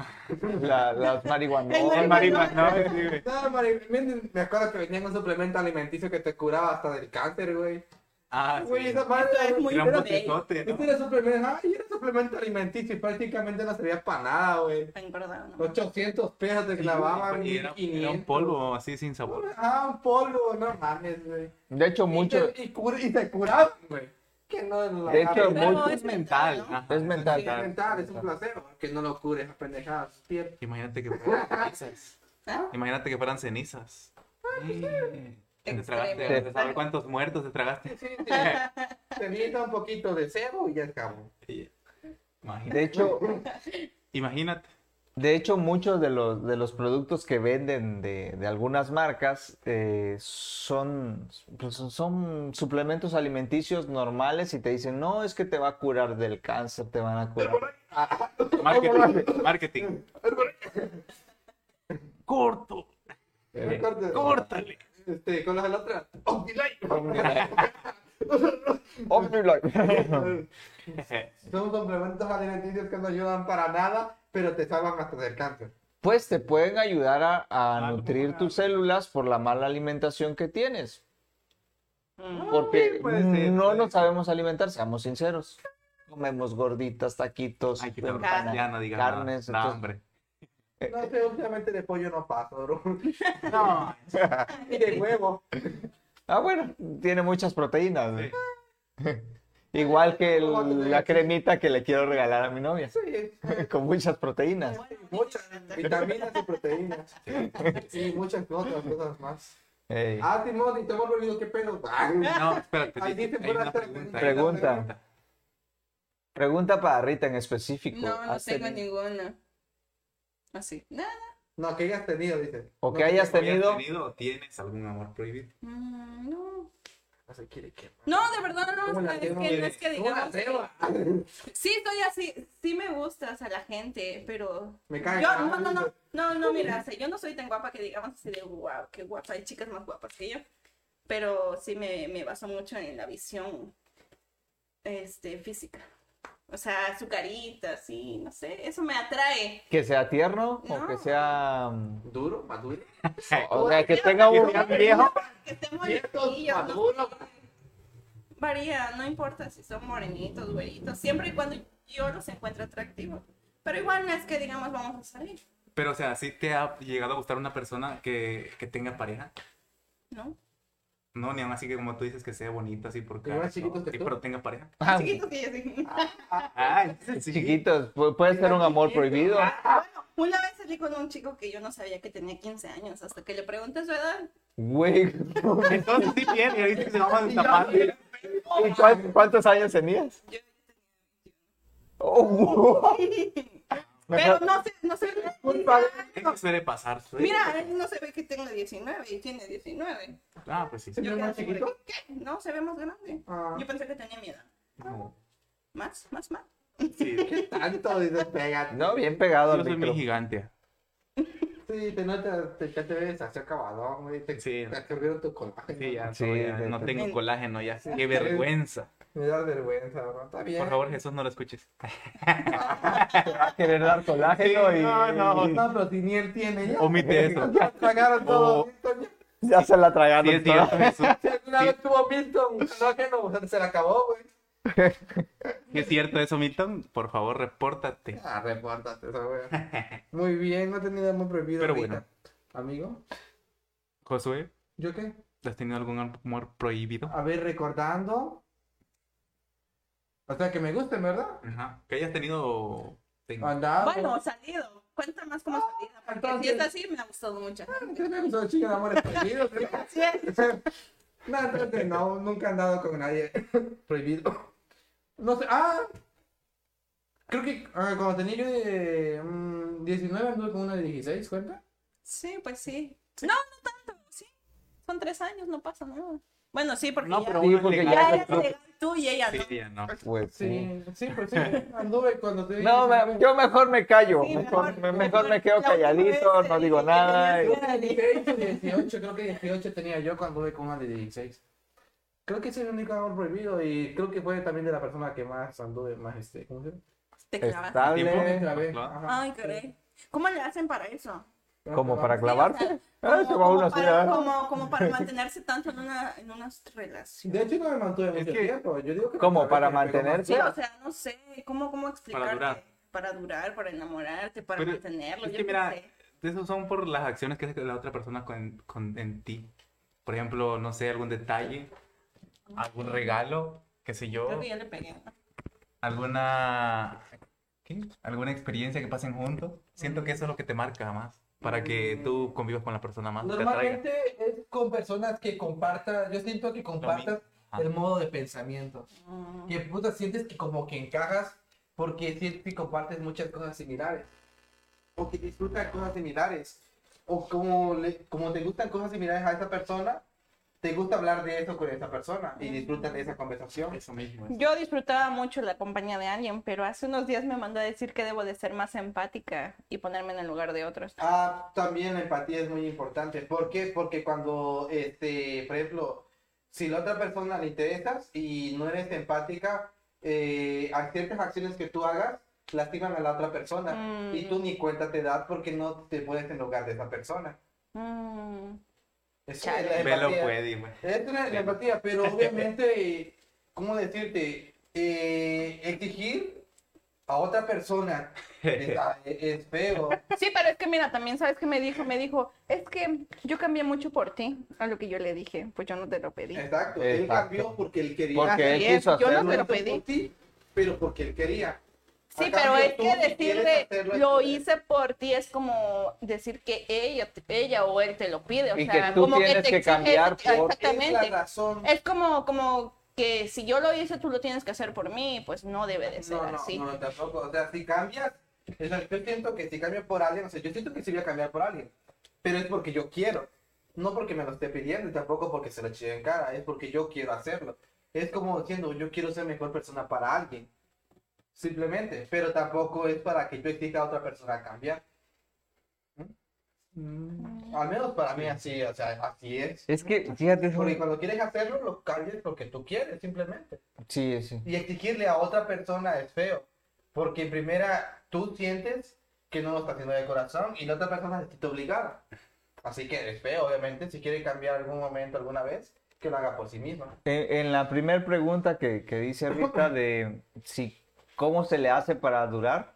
Speaker 3: La- las
Speaker 1: El
Speaker 3: marihuanas.
Speaker 1: marihuana, no, sí, güey.
Speaker 2: No, Mari, me- me acuerdo que venían un suplemento alimenticio que te curaba hasta del cáncer, güey.
Speaker 1: Ah,
Speaker 2: Güey,
Speaker 1: sí.
Speaker 2: esa madre
Speaker 4: Esto es
Speaker 2: güey,
Speaker 4: muy
Speaker 1: Era un
Speaker 2: era-
Speaker 4: botella.
Speaker 1: boticote, ¿no?
Speaker 2: Este era suplemento, ay, era suplemento alimenticio y prácticamente no servía para nada, güey.
Speaker 4: Tan engordado, ¿no?
Speaker 2: 800 pesos te
Speaker 1: Sí,
Speaker 2: clavaban,
Speaker 1: güey, era, era
Speaker 2: 1500.
Speaker 1: un polvo así sin sabor.
Speaker 2: Ah, un polvo, no mames, güey.
Speaker 3: De hecho, mucho.
Speaker 2: Y, te- y, cur- y te curaban, güey. Que no es la
Speaker 3: De hecho,
Speaker 2: es
Speaker 4: Pero
Speaker 3: mucho-
Speaker 4: es
Speaker 1: Mental.
Speaker 4: ¿no?
Speaker 1: ajá,
Speaker 3: Es mental.
Speaker 2: mental, es un placer, güey, que no lo cures, a pendejadas, piel.
Speaker 1: Imagínate que fueran cenizas.
Speaker 4: ¿Ah?
Speaker 1: Imagínate que fueran cenizas. Eh, Te
Speaker 4: Extremo.
Speaker 1: tragaste, a saber cuántos muertos te
Speaker 2: Sí,
Speaker 1: tragaste.
Speaker 2: sí, sí. Te necesita un poquito de cebo y ya acabó.
Speaker 3: De
Speaker 1: Imagínate.
Speaker 3: hecho,
Speaker 1: Imagínate.
Speaker 3: de hecho muchos de los, de los productos que venden de, de algunas marcas eh, son, pues, son suplementos alimenticios normales y te dicen, no, es que te va a curar del cáncer, te van a curar.
Speaker 1: Marketing. Marketing. Corto.
Speaker 3: Eh,
Speaker 2: Corte-
Speaker 1: Córtale.
Speaker 2: Este, con las de la otra. Oh, mi like.
Speaker 3: *laughs* Omnilife.
Speaker 2: Son complementos alimenticios que no ayudan para nada, pero te salvan hasta del cáncer.
Speaker 3: Pues te pueden ayudar a, a
Speaker 1: Ah,
Speaker 3: nutrir
Speaker 1: como
Speaker 3: tus células por la mala alimentación que tienes.
Speaker 4: Mm.
Speaker 3: Porque
Speaker 1: sí, puede ser,
Speaker 3: no
Speaker 1: puede
Speaker 3: nos
Speaker 1: ser.
Speaker 3: sabemos alimentar, seamos sinceros. Comemos gorditas, taquitos,
Speaker 1: Ay, que te
Speaker 3: empanadas,
Speaker 1: ya no digas
Speaker 3: carnes.
Speaker 1: nada. No,
Speaker 3: entonces-
Speaker 1: hombre.
Speaker 3: Eh,
Speaker 2: No sé, últimamente de pollo no paso, bro.
Speaker 1: No.
Speaker 2: *laughs* Y de huevo.
Speaker 3: Ah, bueno, tiene muchas proteínas.
Speaker 1: Sí.
Speaker 3: güey. *laughs* Igual que el-
Speaker 2: ¿Cómo te
Speaker 3: la
Speaker 2: digo?
Speaker 3: cremita que le quiero regalar a mi novia, *laughs*
Speaker 2: Sí,
Speaker 3: con muchas proteínas.
Speaker 4: Bueno,
Speaker 2: muchas vitaminas y proteínas. Y muchas otras cosas más.
Speaker 3: Ey.
Speaker 2: Ah, Timón, y te hemos olvidado qué pedo. *laughs* Ah,
Speaker 1: No, espérate.
Speaker 2: Ahí
Speaker 1: sí,
Speaker 2: dice
Speaker 1: hay una
Speaker 2: pura-
Speaker 1: pregunta. hay
Speaker 3: Pregunta.
Speaker 1: una pregunta.
Speaker 3: Pregunta para Rita en específico.
Speaker 4: No, no
Speaker 3: ¿Has
Speaker 4: tengo
Speaker 2: Ah,
Speaker 3: tenido-
Speaker 4: ninguna. Ah, Así. Nada.
Speaker 2: No, que hayas tenido, dice.
Speaker 3: O que
Speaker 2: No,
Speaker 3: hayas
Speaker 1: ¿Habías
Speaker 3: tenido
Speaker 1: tenido o tienes algún amor prohibido?
Speaker 4: Mm, no.
Speaker 2: No se quiere quemar.
Speaker 4: No, de verdad, no,
Speaker 2: ¿Cómo la
Speaker 4: es que
Speaker 2: tengo,
Speaker 4: no es que
Speaker 2: ¿Cómo la
Speaker 4: digamos.
Speaker 2: tengo?
Speaker 4: Sí, estoy así, sí me gustas a la gente, pero.
Speaker 2: *laughs* Me
Speaker 4: Yo,
Speaker 2: cae.
Speaker 4: no, no, no, no, no, mira, o sea, yo no soy tan guapa que digamos así de wow, qué guapa, hay chicas más guapas que yo. Pero sí me, me baso mucho en la visión este, física. O sea, su carita, sí, no sé, eso me atrae.
Speaker 3: Que sea tierno o
Speaker 4: No.
Speaker 3: que sea. mm,
Speaker 2: Duro,
Speaker 1: *laughs*
Speaker 2: maduro.
Speaker 3: O sea, que tenga un viejo.
Speaker 4: Que esté
Speaker 2: Cierto,
Speaker 4: morenillo, ¿no?
Speaker 2: maduro.
Speaker 4: Varía, no importa si son morenitos, güeritos, siempre y cuando yo los encuentro atractivos. Pero igual no es que digamos vamos a salir,
Speaker 1: Pero, o sea, ¿sí te ha llegado a gustar una persona que, que tenga pareja?
Speaker 4: ¿no?
Speaker 1: No, ni aún así que como tú dices que sea bonita, así por
Speaker 2: Ni más
Speaker 1: cara, ¿no?
Speaker 2: chiquitos que
Speaker 1: Sí,
Speaker 2: tú.
Speaker 1: pero tenga pareja.
Speaker 3: Ah,
Speaker 4: Chiquitos que yo sí.
Speaker 1: Ah, *laughs* sí. Ah.
Speaker 3: Chiquitos, pu- puede ser un amor prohibido.
Speaker 4: Una vez salí con un chico que yo no sabía que tenía 15 años, hasta que le pregunté su edad.
Speaker 3: Güey, *laughs*
Speaker 1: Entonces sí bien, y ahorita se
Speaker 2: *laughs*
Speaker 1: vamos a destapar.
Speaker 3: ¿y cuán- ¿cuántos años tenías?
Speaker 4: Yo-
Speaker 3: Oh, *laughs* wow.
Speaker 4: Pero no sé, no sé.
Speaker 1: Eso suele
Speaker 2: *laughs*
Speaker 1: pasar. suele-
Speaker 4: Mira,
Speaker 2: eh.
Speaker 4: él no se ve que tenga 19 y tiene 19.
Speaker 1: Ah, pues
Speaker 2: *laughs*
Speaker 1: sí.
Speaker 2: ¿Se ve
Speaker 4: quedé
Speaker 2: más
Speaker 4: así como de,
Speaker 2: chiquito?
Speaker 4: ¿Qué? No, se ve más grande.
Speaker 2: Ah,
Speaker 4: Yo pensé que tenía mi edad.
Speaker 1: No.
Speaker 4: Más, más, más.
Speaker 1: Sí.
Speaker 4: *laughs*
Speaker 2: Tanto, dices, pégate.
Speaker 3: No, bien pegado
Speaker 1: Yo
Speaker 3: al
Speaker 1: soy muy
Speaker 3: micro.
Speaker 1: gigante.
Speaker 2: Sí, te notas, te, ya te ves así acabado, güey. Te,
Speaker 1: Sí.
Speaker 2: te absorbieron tu colágeno.
Speaker 1: Sí, ya,
Speaker 3: Sí,
Speaker 1: no, ya,
Speaker 3: de-
Speaker 1: no
Speaker 3: de-
Speaker 1: tengo colágeno ya. Qué vergüenza.
Speaker 2: Me da vergüenza, bro. Está bien.
Speaker 1: Por favor, Jesús, no lo escuches.
Speaker 3: *laughs* Ah, Va a querer dar colágeno
Speaker 1: Sí,
Speaker 3: y
Speaker 1: no, no.
Speaker 2: No, pero si ni él tiene. Ya,
Speaker 1: Omite eso.
Speaker 2: *laughs* Ya pagaron todo.
Speaker 1: Oh.
Speaker 2: Milton, ya.
Speaker 3: ya se la
Speaker 1: Sí,
Speaker 3: tragaron
Speaker 1: es
Speaker 3: toda.
Speaker 1: cierto, Jesús.
Speaker 2: Si alguna
Speaker 1: Sí.
Speaker 2: vez tuvo Milton, colágeno, o sea, se le acabó, güey.
Speaker 1: Sí, es cierto eso, Milton. Por favor, repórtate.
Speaker 2: Ah, repórtate esa
Speaker 1: *laughs*
Speaker 2: wea. Muy bien, no tenía nada muy prohibido.
Speaker 1: Pero
Speaker 2: ahorita.
Speaker 1: bueno.
Speaker 2: Amigo,
Speaker 1: Josué,
Speaker 2: ¿yo qué?
Speaker 1: ¿has tenido algún amor
Speaker 3: Ah.
Speaker 1: prohibido?
Speaker 2: A ver, recordando. O sea, que me gusten, ¿verdad?
Speaker 1: Ajá. Que hayas tenido. Tengo.
Speaker 3: Ah,
Speaker 2: Andar.
Speaker 4: Bueno, salido. Cuenta más como salida. Porque
Speaker 2: Ah, entonces-
Speaker 4: si es así, me ha gustado mucho.
Speaker 2: ¿Qué me gustó chico de amores prohibidos? ¿verdad?
Speaker 4: Sí, es-
Speaker 2: No, no, no, no, nunca he andado con nadie *laughs* prohibido. No sé, ah. Creo que ah, cuando tenía yo de mm, 19 anduve con una de 16, ¿cuenta?
Speaker 4: sí, pues sí. No, no tanto, sí. Son tres años, no pasa nada. Bueno, sí, porque
Speaker 1: No,
Speaker 4: ya,
Speaker 1: pero
Speaker 3: Sí,
Speaker 1: uno es
Speaker 3: porque
Speaker 1: legal.
Speaker 4: ya
Speaker 3: ya-
Speaker 4: eres legal tú y ella no.
Speaker 1: Sí, ya no.
Speaker 3: Pues, sí.
Speaker 2: Sí, sí, pues sí, anduve
Speaker 3: *laughs*
Speaker 2: cuando tenía
Speaker 3: No, me-
Speaker 2: 19.
Speaker 3: yo mejor me callo.
Speaker 4: Sí,
Speaker 3: mejor, me-
Speaker 4: mejor-
Speaker 3: mejor me quedo
Speaker 4: la última
Speaker 3: calladito,
Speaker 4: vez
Speaker 3: no
Speaker 4: te
Speaker 3: digo
Speaker 4: dije que
Speaker 3: nada.
Speaker 4: tenías
Speaker 3: y-
Speaker 2: Creo que 18, 18, creo que 18 tenía yo cuando anduve con una de 16. Creo que ese es el único amor prohibido y creo que fue también de la persona que más anduve, más este, ¿cómo se llama?
Speaker 4: Te clavas.
Speaker 3: Estable.
Speaker 2: Me clavé,
Speaker 1: claro.
Speaker 2: ajá.
Speaker 4: Ay, caray. ¿Cómo le hacen para eso?
Speaker 3: Como para
Speaker 4: Sí, o sea,
Speaker 3: clavarse. Ah,
Speaker 4: como,
Speaker 3: se va
Speaker 4: como
Speaker 3: uno así.
Speaker 4: para,
Speaker 3: ah.
Speaker 4: como, como para mantenerse tanto en una, en una relación.
Speaker 2: De hecho, no me mantuve
Speaker 1: que-
Speaker 2: mucho tiempo. Yo digo que me
Speaker 3: ¿Cómo,
Speaker 2: clavé,
Speaker 3: para
Speaker 2: que me pegó más
Speaker 3: mantenerse?
Speaker 4: Sí, o sea, no sé, ¿cómo, cómo explicarte?
Speaker 1: durar.
Speaker 4: Para durar, para enamorarte, para
Speaker 1: Pero
Speaker 4: mantenerlo.
Speaker 1: es que
Speaker 4: yo qué
Speaker 1: mira,
Speaker 4: sé.
Speaker 1: Esos son por las acciones que hace la otra persona con, con- en ti. Por ejemplo, no sé, algún detalle, algún regalo, qué sé yo,
Speaker 4: Creo que ya le pegué.
Speaker 1: alguna ¿qué? alguna experiencia que pasen juntos. Siento que eso es lo que te marca más, para que tú convivas con la persona más, te atraiga.
Speaker 2: Normalmente es con personas que compartan, yo siento que compartan
Speaker 1: Ajá.
Speaker 3: Ah.
Speaker 2: el modo de pensamiento.
Speaker 4: Mm.
Speaker 2: Que puta sientes que como que encajas porque sientes que compartes muchas cosas similares. O que disfrutan cosas similares. O como, le- como te gustan cosas similares a esa persona, te gusta hablar de eso con esa persona y disfrutan de esa conversación.
Speaker 1: Eso mismo. es.
Speaker 4: Yo disfrutaba mucho la compañía de alguien, pero hace unos días me mandó a decir que debo de ser más empática y ponerme en el lugar de otros.
Speaker 2: Ah, también la empatía es muy importante. ¿Por qué? Porque cuando, este, por ejemplo, si la otra persona le interesas y no eres empática, eh, hay ciertas acciones que tú hagas lastiman a la otra persona
Speaker 4: Mm.
Speaker 2: y tú ni cuenta te das porque no te pones en lugar de esa persona.
Speaker 4: Mm.
Speaker 2: Es
Speaker 4: Chale.
Speaker 2: la
Speaker 1: Velo pues,
Speaker 2: empatía.
Speaker 3: pues.
Speaker 1: puede, güey.
Speaker 2: Es una- la empatía,
Speaker 3: *laughs*
Speaker 2: pero obviamente, ¿cómo decirte? Eh, exigir a otra persona es, es feo.
Speaker 4: Sí, pero es que mira, también sabes que me dijo, me dijo, es que yo cambié mucho por ti, a lo que yo le dije, pues yo no te lo pedí.
Speaker 2: Exacto, él
Speaker 3: Exacto.
Speaker 2: cambió porque él quería.
Speaker 3: Porque él
Speaker 4: Así es,
Speaker 3: quiso
Speaker 4: yo no
Speaker 3: hacerlo.
Speaker 4: te
Speaker 2: hizo
Speaker 4: lo pedí.
Speaker 2: por ti, pero porque él quería.
Speaker 4: Sí,
Speaker 2: A
Speaker 4: pero
Speaker 2: cambio,
Speaker 4: es
Speaker 2: tú,
Speaker 4: que
Speaker 2: si quieres hacerlo,
Speaker 4: decirle lo
Speaker 2: es-
Speaker 4: hice por ti es como decir que ella, ella o él te lo pide, o
Speaker 3: Y
Speaker 4: sea,
Speaker 3: que tú
Speaker 4: como
Speaker 3: tienes
Speaker 4: te
Speaker 3: que
Speaker 4: exige-
Speaker 3: cambiar por-
Speaker 4: exactamente.
Speaker 2: Es la razón.
Speaker 4: Es como, como que si yo lo hice, tú lo tienes que hacer por mí, pues no debe de ser
Speaker 2: No, no,
Speaker 4: así.
Speaker 2: no, tampoco. O sea, si cambias, o sea, yo siento que si cambio por alguien, o sea, yo siento que sí voy a cambiar por alguien, pero es porque yo quiero. no porque me lo esté pidiendo y tampoco porque se lo eché en cara, es porque yo quiero hacerlo. Es como diciendo, yo quiero ser mejor persona para alguien. Simplemente, pero tampoco es para que yo exija a otra persona a cambiar. ¿Mm? Al menos para mí así, o sea, así es.
Speaker 3: Es que, fíjate, es
Speaker 2: Porque
Speaker 3: un-
Speaker 2: cuando quieres hacerlo, lo cambias porque tú quieres, simplemente.
Speaker 3: sí, sí.
Speaker 2: Y exigirle a otra persona es feo. Porque en primera, tú sientes que no lo está haciendo de corazón y la otra persona se siente obligada. Así que es feo, obviamente. Si quiere cambiar algún momento, alguna vez, que lo haga por sí misma.
Speaker 3: En, en la primera pregunta que, que dice Rita de si cómo se le hace para durar,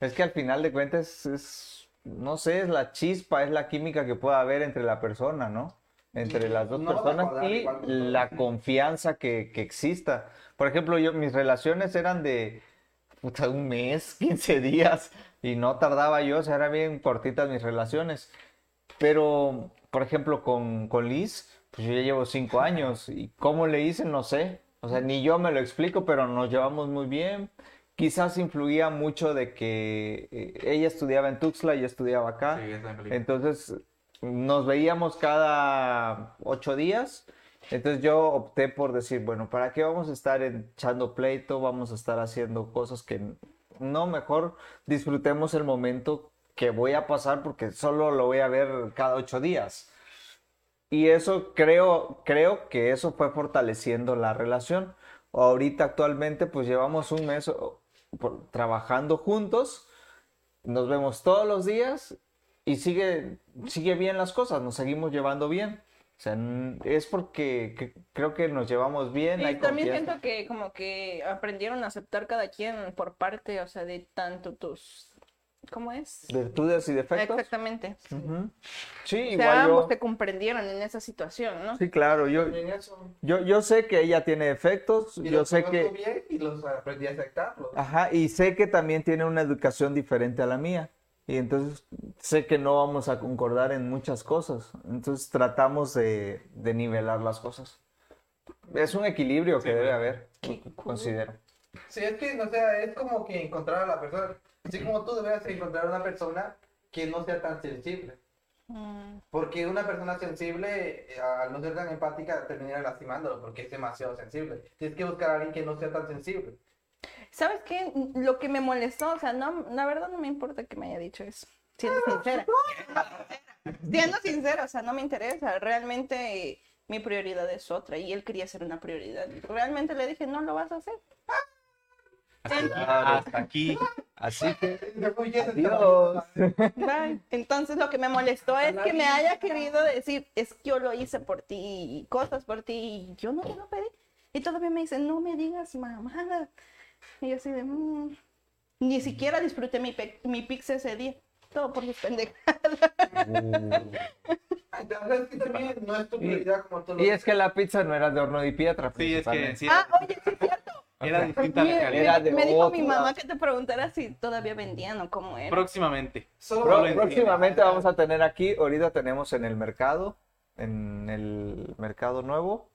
Speaker 3: es que al final de cuentas es, no sé, es la chispa, es la química que pueda haber entre la persona, ¿no? Entre las dos
Speaker 2: No va a
Speaker 3: personas
Speaker 2: cuadrar
Speaker 3: y
Speaker 2: igual con todo.
Speaker 3: la confianza que, que exista. Por ejemplo, yo mis relaciones eran de puta, un mes, *laughs* 15 días, y no tardaba yo, o sea, eran bien cortitas mis relaciones. Pero, por ejemplo, con, con Liz, pues yo ya llevo cinco años. ¿Y cómo le hice? No sé. O sea, ni yo me lo explico, pero nos llevamos muy bien. Quizás influía mucho de que eh, ella estudiaba en Tuxtla y yo estudiaba acá.
Speaker 1: Sí, esa película.
Speaker 3: Entonces, nos veíamos cada ocho días. Entonces yo opté por decir, bueno, ¿para qué vamos a estar echando pleito? Vamos a estar haciendo cosas que no, mejor disfrutemos el momento que voy a pasar porque solo lo voy a ver cada ocho días. Y eso creo, creo que eso fue fortaleciendo la relación. Ahorita actualmente pues llevamos un mes o- por- trabajando juntos, nos vemos todos los días y sigue, sigue bien las cosas, nos seguimos llevando bien. O sea, n- es porque que- creo que nos llevamos bien.
Speaker 4: Y
Speaker 3: hay
Speaker 4: también
Speaker 3: confianza.
Speaker 4: siento que como que aprendieron a aceptar cada quien por parte, o sea, de tanto tus... ¿Cómo es?
Speaker 3: Virtudes y defectos.
Speaker 4: Exactamente.
Speaker 3: Ujú. Sí,
Speaker 4: O
Speaker 3: igual
Speaker 4: sea,
Speaker 3: yo.
Speaker 4: ambos te comprendieron en esa situación, ¿no?
Speaker 3: Sí, claro, yo,
Speaker 2: En eso.
Speaker 3: yo, yo sé que ella tiene defectos,
Speaker 2: Y
Speaker 3: yo
Speaker 2: los
Speaker 3: sé
Speaker 2: conozco
Speaker 3: que...
Speaker 2: bien y los aprendí a aceptarlos.
Speaker 3: Ajá, y sé que también tiene una educación diferente a la mía. Y entonces sé que no vamos a concordar en muchas cosas. Entonces tratamos de, de nivelar las cosas. Es un equilibrio que
Speaker 1: Sí,
Speaker 3: debe
Speaker 1: claro.
Speaker 3: haber,
Speaker 4: Qué
Speaker 3: considero.
Speaker 2: Sí, es que, o sea, es como que encontrar a la persona. Así como tú deberías encontrar a una persona que no sea tan sensible.
Speaker 4: Mm,
Speaker 2: Porque una persona sensible, eh, al no ser tan empática, termina lastimándolo porque es demasiado sensible. Tienes que buscar a alguien que no sea tan sensible.
Speaker 4: ¿Sabes qué? Lo que me molestó, o sea, no, la verdad no me importa que me haya dicho eso. Siendo
Speaker 3: Ah,
Speaker 4: sincera. Siendo sincera, o sea, no me interesa. Realmente eh, mi prioridad es otra y él quería ser una prioridad. Realmente le dije, no lo vas a hacer.
Speaker 1: Hasta,
Speaker 4: Ah,
Speaker 1: hasta aquí.
Speaker 3: Así que,
Speaker 2: Dios.
Speaker 3: adiós.
Speaker 4: Bye. Entonces lo que me molestó es que me haya querido decir, es que yo lo hice por ti y cosas por ti y yo no te lo pedí. Y todavía me dicen, no me digas mamada. Y yo así de, "Mm". ni siquiera disfruté mi, pe- mi pizza ese día. Todo por mis pendejas.
Speaker 2: Entonces, es que también no es tu prioridad como tú lo
Speaker 3: Y es que la pizza no era de horno y piedra,
Speaker 1: Sí, es que
Speaker 3: principalmente.
Speaker 1: sí,
Speaker 4: Ah,
Speaker 1: era,
Speaker 4: oye, sí es cierto.
Speaker 1: era distinta
Speaker 4: Me,
Speaker 1: de calidad.
Speaker 3: de
Speaker 4: me- me dijo mi
Speaker 3: otra.
Speaker 4: mamá que te preguntara si todavía vendían o cómo era.
Speaker 1: Próximamente.
Speaker 2: Solo
Speaker 3: Pro-
Speaker 1: lo entiendo.
Speaker 3: próximamente vamos a tener aquí, ahorita tenemos en el mercado, en el mercado nuevo.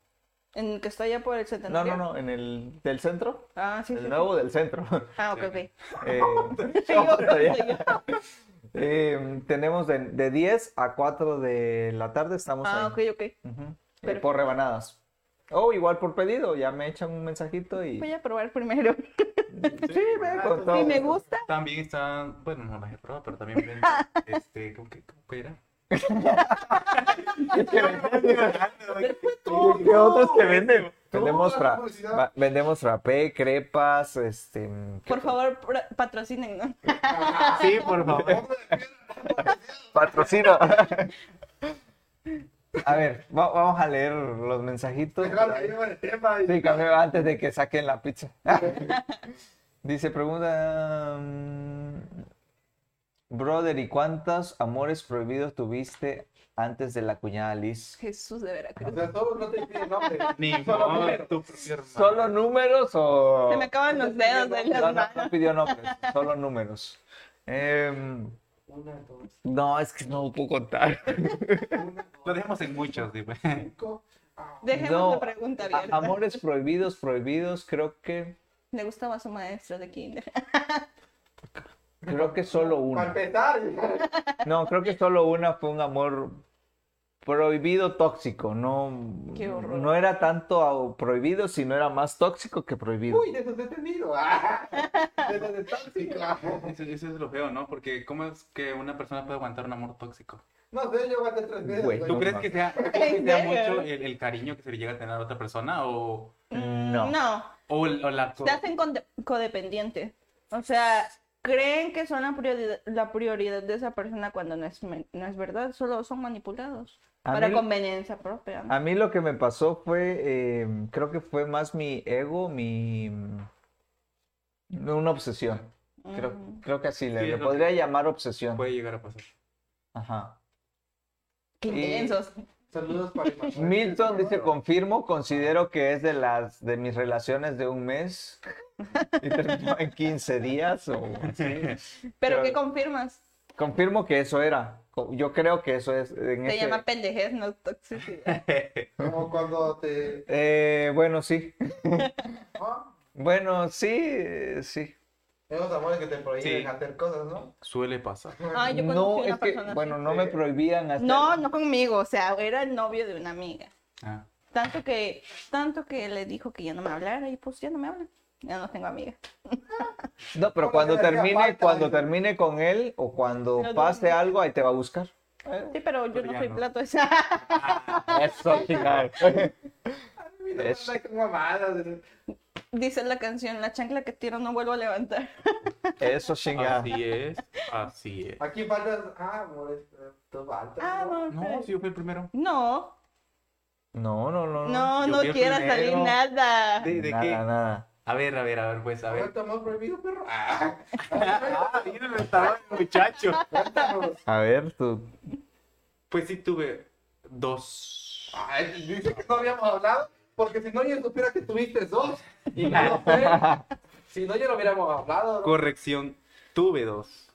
Speaker 4: En que está allá por el
Speaker 3: No,
Speaker 4: centenario.
Speaker 3: no, no, en el del centro.
Speaker 4: Ah, sí, sí,
Speaker 3: El
Speaker 4: sí.
Speaker 3: nuevo del centro.
Speaker 4: Ah, ok, ok.
Speaker 3: *laughs* Eh,
Speaker 4: Sí, *laughs* yo-
Speaker 3: todavía.
Speaker 4: sí, yo.
Speaker 3: Eh, tenemos de, de 10 a 4 de la tarde, estamos
Speaker 4: Ah,
Speaker 3: ahí.
Speaker 4: ok, ok.
Speaker 3: Ujú. Eh,
Speaker 4: Perfecto.
Speaker 3: por rebanadas. O igual por pedido, ya me echan un mensajito y...
Speaker 4: Voy a probar primero. *laughs*
Speaker 3: Sí, me con todo
Speaker 4: Si me
Speaker 3: gusto.
Speaker 4: gusta,
Speaker 1: También están, bueno, no las he probado, pero también venden, este, ¿cómo que, cómo que era?
Speaker 3: ¿Qué otros que venden?
Speaker 2: Tú,
Speaker 3: Vendemos,
Speaker 2: la
Speaker 3: fra-
Speaker 2: publicidad.
Speaker 3: va- vendemos frappé, crepas, este... ¿qué
Speaker 4: por favor, pro- patrocinen, ¿no? *laughs*
Speaker 1: Sí, por favor.
Speaker 4: *laughs*
Speaker 3: Patrocino. A ver, va- vamos a leer los mensajitos. Sí, cambio antes de que saquen la
Speaker 4: *laughs*
Speaker 3: pizza. Dice, pregunta... mm, Brother, ¿y cuántos amores prohibidos tuviste antes de la cuñada Liz?
Speaker 4: Jesús de Veracruz.
Speaker 2: O sea, solo no te piden nombre.
Speaker 1: *laughs* Ni
Speaker 2: Solo
Speaker 1: modo,
Speaker 2: número.
Speaker 1: tu propio hermano.
Speaker 3: ¿Solo números o...?
Speaker 4: Se me acaban los dedos de
Speaker 3: No,
Speaker 4: las
Speaker 3: no, no
Speaker 4: manos.
Speaker 3: pidió
Speaker 4: *laughs*
Speaker 3: nombres, solo números. Em,
Speaker 2: Una, dos,
Speaker 3: no, es que no puedo contar.
Speaker 2: una,
Speaker 1: Lo
Speaker 2: dos,
Speaker 1: dejamos en muchos, digo. *laughs*
Speaker 2: cinco. Ah,
Speaker 4: Dejemos
Speaker 3: No,
Speaker 4: la pregunta
Speaker 3: a-
Speaker 4: abierta.
Speaker 3: amores prohibidos, prohibidos, creo que...
Speaker 4: Le gustaba su maestra de kinder. *laughs*
Speaker 3: Creo que solo
Speaker 2: Para
Speaker 3: una.
Speaker 2: empezar.
Speaker 3: No, creo que solo una fue un amor prohibido tóxico. No,
Speaker 5: Qué horror.
Speaker 3: no era tanto a- prohibido, sino era más tóxico que prohibido.
Speaker 2: *laughs* Uy, de esos detenidos. Ah, de esos de tóxico.
Speaker 1: Eso, eso es lo feo, ¿no? Porque ¿cómo es que una persona puede aguantar un amor tóxico?
Speaker 2: No sé, yo aguanté tres veces.
Speaker 3: Güey,
Speaker 1: ¿Tú
Speaker 3: No,
Speaker 2: güey.
Speaker 1: crees
Speaker 3: no.
Speaker 1: que sea, tú crees que sea
Speaker 4: ¿En serio?
Speaker 1: mucho el, el cariño que se le llega a tener a otra persona o,
Speaker 3: No.
Speaker 4: No,
Speaker 1: o, el- o la...
Speaker 4: se hacen conde- codependientes. O sea, creen que son la prioridad, la prioridad de esa persona cuando no es, men- no es verdad, solo son manipulados
Speaker 3: A
Speaker 4: para
Speaker 3: mí- Ah,
Speaker 4: conveniencia propia. ¿no?
Speaker 3: A mí lo que me pasó fue, eh, creo que fue más mi ego, mi... mm, Una obsesión. Creo,
Speaker 4: Mm.
Speaker 3: creo que así le,
Speaker 1: Sí,
Speaker 3: le
Speaker 1: es lo
Speaker 3: podría
Speaker 1: que-
Speaker 3: llamar obsesión.
Speaker 1: Puede llegar a pasar.
Speaker 3: Ajá.
Speaker 4: Qué
Speaker 3: y-
Speaker 4: intensos.
Speaker 2: Saludos para
Speaker 3: Milton dice, confirmo, considero que es de las de mis relaciones de un mes y terminó en 15 días o así.
Speaker 4: Pero
Speaker 3: Claro.
Speaker 4: ¿qué confirmas?
Speaker 3: Confirmo que eso era. Co- Yo creo que eso es. en
Speaker 4: Se
Speaker 3: ese-
Speaker 4: llama pendejez,
Speaker 3: *laughs*
Speaker 4: no toxicidad.
Speaker 2: Como cuando te.
Speaker 3: Eh, bueno, sí. *laughs*
Speaker 2: ¿no?
Speaker 3: Bueno, sí, eh, sí.
Speaker 2: Esos amores que te prohíben
Speaker 1: Sí.
Speaker 2: hacer cosas, ¿no?
Speaker 1: Suele pasar.
Speaker 4: Ay, yo conocí
Speaker 3: no,
Speaker 4: una
Speaker 3: es que,
Speaker 4: persona así.
Speaker 3: bueno, no me
Speaker 2: Sí.
Speaker 3: prohibían hacer.
Speaker 4: No, no conmigo, o sea, era el novio de una amiga.
Speaker 1: Ah.
Speaker 4: Tanto que, tanto que le dijo que ya no me hablara y pues ya no me habla. Ya no tengo amiga.
Speaker 3: No, pero
Speaker 2: Como
Speaker 3: cuando
Speaker 2: que le hacía
Speaker 3: termine,
Speaker 2: falta,
Speaker 3: cuando
Speaker 2: digo.
Speaker 3: termine con él o cuando
Speaker 4: Pero
Speaker 3: pase
Speaker 4: ¿dónde?
Speaker 3: algo, ahí te va a buscar.
Speaker 4: *laughs* Sí, pero yo
Speaker 1: Pero
Speaker 4: no
Speaker 1: ya
Speaker 4: soy
Speaker 1: no.
Speaker 4: *laughs* plato.
Speaker 3: Eso, chingado.
Speaker 2: *laughs* Mira,
Speaker 3: Es-
Speaker 2: anda con mamadas.
Speaker 4: Dice la canción, la chancla que tiro no vuelvo a levantar.
Speaker 1: *laughs*
Speaker 3: Eso, chingado.
Speaker 1: Así es, así es.
Speaker 2: Aquí faltas. Ah, amores. Tú faltas.
Speaker 4: Ah,
Speaker 2: ¿no?
Speaker 4: no,
Speaker 1: No,
Speaker 4: pero-
Speaker 1: si yo fui el primero.
Speaker 4: no,
Speaker 3: No, no, no.
Speaker 4: no,
Speaker 1: yo
Speaker 4: no
Speaker 1: fui el
Speaker 4: quiera salir
Speaker 1: primero.
Speaker 4: nada.
Speaker 1: ¿De- de
Speaker 3: nada,
Speaker 1: qué?
Speaker 3: nada.
Speaker 1: A ver, a ver, a ver, pues, a ver.
Speaker 2: ¿Cuánto amor prohibido, perro? Ah,
Speaker 1: Ah, yo no estaba el muchacho.
Speaker 2: cuéntanos.
Speaker 3: A ver, tú.
Speaker 1: Pues sí tuve dos.
Speaker 2: Ay, dice que no habíamos hablado, porque si no yo supiera que tuviste dos, y no lo sé. Si no, ya lo hubiéramos hablado. ¿no?
Speaker 1: Corrección, tuve dos.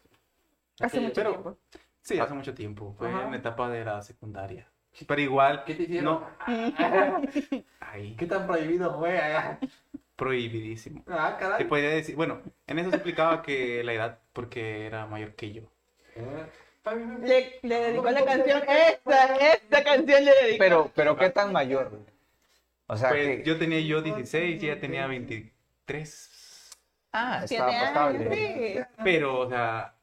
Speaker 4: Hace mucho
Speaker 1: Pero-
Speaker 4: tiempo.
Speaker 1: Sí, hace mucho tiempo. Fue
Speaker 2: Ajá.
Speaker 1: en la etapa de la secundaria. Pero igual,
Speaker 2: ¿Qué te hicieron?
Speaker 1: no. Ahí,
Speaker 2: ¿Qué tan prohibido fue? Ah,
Speaker 1: prohibidísimo.
Speaker 2: Ah,
Speaker 1: Te
Speaker 2: caray.
Speaker 1: podría decir, bueno, en eso se explicaba que la edad, porque era mayor que yo.
Speaker 2: Eh, está bien, bien.
Speaker 4: Le, le dedicó la canción, esta, esta canción le dedicó.
Speaker 3: Pero, pero ¿qué tan mayor? O sea,
Speaker 1: Pues
Speaker 3: que...
Speaker 1: yo tenía yo 16 y ella tenía 23.
Speaker 3: Ah,
Speaker 4: Siete
Speaker 3: estaba pasable.
Speaker 4: años, sí.
Speaker 1: Pero, o sea,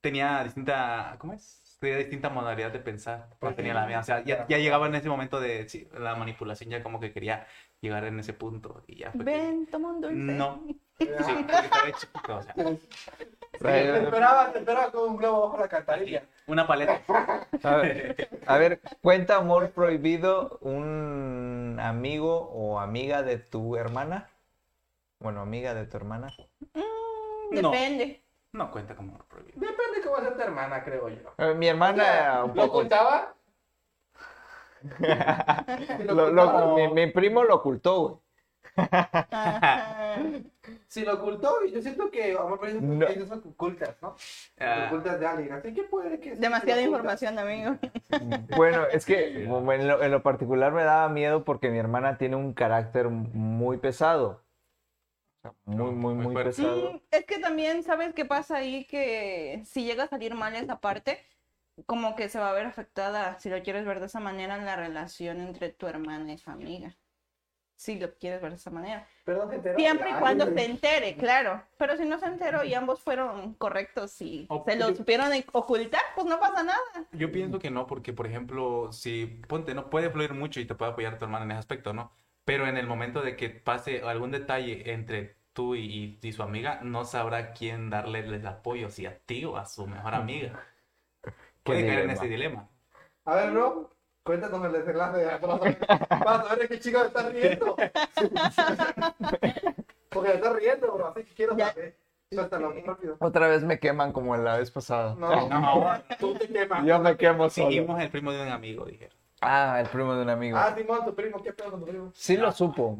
Speaker 1: tenía distinta, ¿cómo es? Tenía distinta modalidad de pensar. No tenía la mía. O sea, ya, ya llegaba en ese momento de sí, la manipulación, ya como que quería llegar en ese punto. Y ya fue que-
Speaker 4: Ven, toma un dulce.
Speaker 1: No, sí,
Speaker 2: Ah,
Speaker 1: porque estaba chiquito, o sea,
Speaker 2: Te esperaba, te esperaba con un globo bajo la cantarilla.
Speaker 1: una paleta.
Speaker 3: A ver, a ver, cuenta amor prohibido un amigo o amiga de tu hermana. Bueno, amiga de tu hermana.
Speaker 4: Mm,
Speaker 1: No.
Speaker 4: Depende.
Speaker 1: No cuenta como amor prohibido.
Speaker 2: Depende cómo sea tu hermana, creo yo.
Speaker 3: Eh, mi hermana un
Speaker 2: ¿Lo
Speaker 3: poco. *laughs*
Speaker 2: ocultaba?
Speaker 3: lo- lo- mi, mi primo lo ocultó, güey.
Speaker 4: Ajá.
Speaker 2: Si lo ocultó, yo siento que amor prohibido es
Speaker 3: No.
Speaker 2: esas que ocultas, ¿no?
Speaker 1: Ah,
Speaker 2: ocultas de alguien, así que puede que... sí
Speaker 4: Demasiada
Speaker 2: lo ocultas.
Speaker 4: información, amigo.
Speaker 3: Bueno, es que como en lo, en lo particular me daba miedo porque mi hermana tiene un carácter muy pesado. O sea, Muy, muy,
Speaker 1: Muy
Speaker 3: muy
Speaker 1: fuerte.
Speaker 3: pesado.
Speaker 4: Mm, es que también, ¿sabes qué pasa ahí? Que si llega a salir mal esa parte, como que se va a ver afectada, si lo quieres ver de esa manera, en la relación entre tu hermana y su amiga. Si lo quieres ver de esa manera.
Speaker 2: Perdón, se enteró.
Speaker 4: Siempre y
Speaker 2: Ay,
Speaker 4: cuando
Speaker 2: güey.
Speaker 4: se entere, claro. Pero si no se enteró y ambos fueron correctos y
Speaker 1: O-
Speaker 4: se lo
Speaker 1: yo-
Speaker 4: supieron e- ocultar, pues no pasa nada.
Speaker 1: Yo pienso que no, porque por ejemplo, si ponte, no puede fluir mucho y te puede apoyar tu hermana en ese aspecto, ¿no? Pero en el momento de que pase algún detalle entre tú y, y su amiga, no sabrá quién darle el apoyo, si a ti o a su mejor amiga. Puede caer en
Speaker 3: dilema.
Speaker 1: ese dilema.
Speaker 2: A ver, bro, cuéntanos el desenlace.
Speaker 3: *laughs*
Speaker 2: Vas a ver, vas a ver qué chico está riendo. Porque está riendo, bro, así que quiero
Speaker 4: Ya.
Speaker 2: saber. Suéltalo muy rápido.
Speaker 3: Otra vez me queman como la vez pasada.
Speaker 2: No,
Speaker 1: No,
Speaker 2: tú te quemas.
Speaker 3: Yo me quemo solo.
Speaker 1: seguimos el primo de un amigo, dijeron.
Speaker 3: Ah, el primo de un amigo.
Speaker 2: Ah, Simón, tu primo, ¿qué pedo con tu primo?
Speaker 3: Sí lo supo.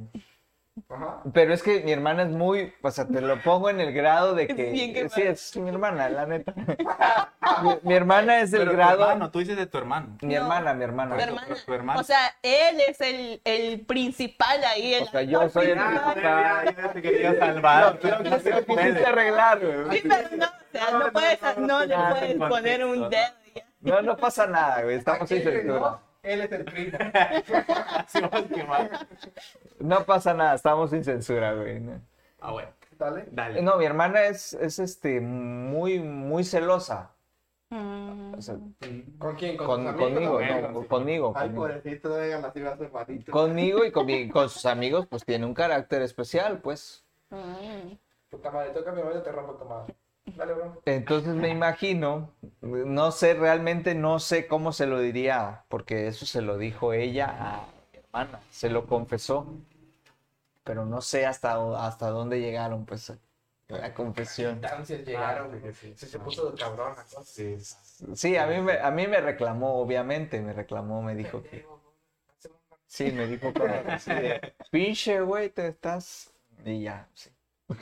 Speaker 2: Ajá.
Speaker 3: Pero es que mi hermana es muy, o sea, te lo pongo en el grado de que...
Speaker 4: Bien quemada.
Speaker 3: sí, es mi hermana, la neta. mi, mi hermana es el
Speaker 1: Pero tu
Speaker 3: grado...
Speaker 1: hermano, tú dices de tu hermano.
Speaker 3: Mi
Speaker 4: No.
Speaker 3: hermana, mi hermana.
Speaker 4: Tu
Speaker 1: Bueno,
Speaker 4: hermana.
Speaker 1: tu hermana.
Speaker 4: O sea, él es el, el principal ahí. El
Speaker 3: O sea, yo soy el...
Speaker 4: principal.
Speaker 3: Ah,
Speaker 1: te quería salvar.
Speaker 3: no se lo quisiste arreglar, güey.
Speaker 4: Sí, pero no, o sea, no puedes, no le puedes poner un dedo. ya.
Speaker 3: No, no pasa nada, güey. Estamos sin
Speaker 2: Aquel que no,
Speaker 3: censura.
Speaker 2: Él es el primo.
Speaker 1: Se va a quemar.
Speaker 3: No pasa nada, estamos sin censura, güey. No,
Speaker 1: Ah, bueno.
Speaker 2: Dale.
Speaker 1: Dale.
Speaker 3: No, mi hermana es, es este, muy, muy celosa.
Speaker 4: Mm.
Speaker 3: O sea,
Speaker 2: ¿Con quién? ¿Con,
Speaker 3: con-
Speaker 2: tus amigos?
Speaker 3: conmigo,
Speaker 1: ¿no?
Speaker 3: no, conmigo.
Speaker 2: Ay, pues,
Speaker 3: conmigo.
Speaker 2: pobrecito, todavía las iba a hacer malito.
Speaker 3: Conmigo y con, mi- con sus amigos, pues tiene un carácter especial, pues.
Speaker 4: Mm.
Speaker 2: Puta madre, toca mi abuelo, te rompo tu madre. Dale, bro.
Speaker 3: Entonces me imagino, no sé realmente, no sé cómo se lo diría, porque eso se lo dijo ella a mi hermana, se lo confesó, pero no sé hasta, hasta dónde llegaron, pues, a la confesión.
Speaker 2: Ansias
Speaker 1: Ah,
Speaker 2: llegaron,
Speaker 1: sí,
Speaker 2: güey.
Speaker 1: sí.
Speaker 2: Sí, se puso de cabrón la cosa.
Speaker 1: Sí.
Speaker 3: Sí, a mí me, a mí me reclamó, obviamente, me reclamó, me dijo que... Sí, me dijo como así de, pinche güey, te estás... Y ya, sí.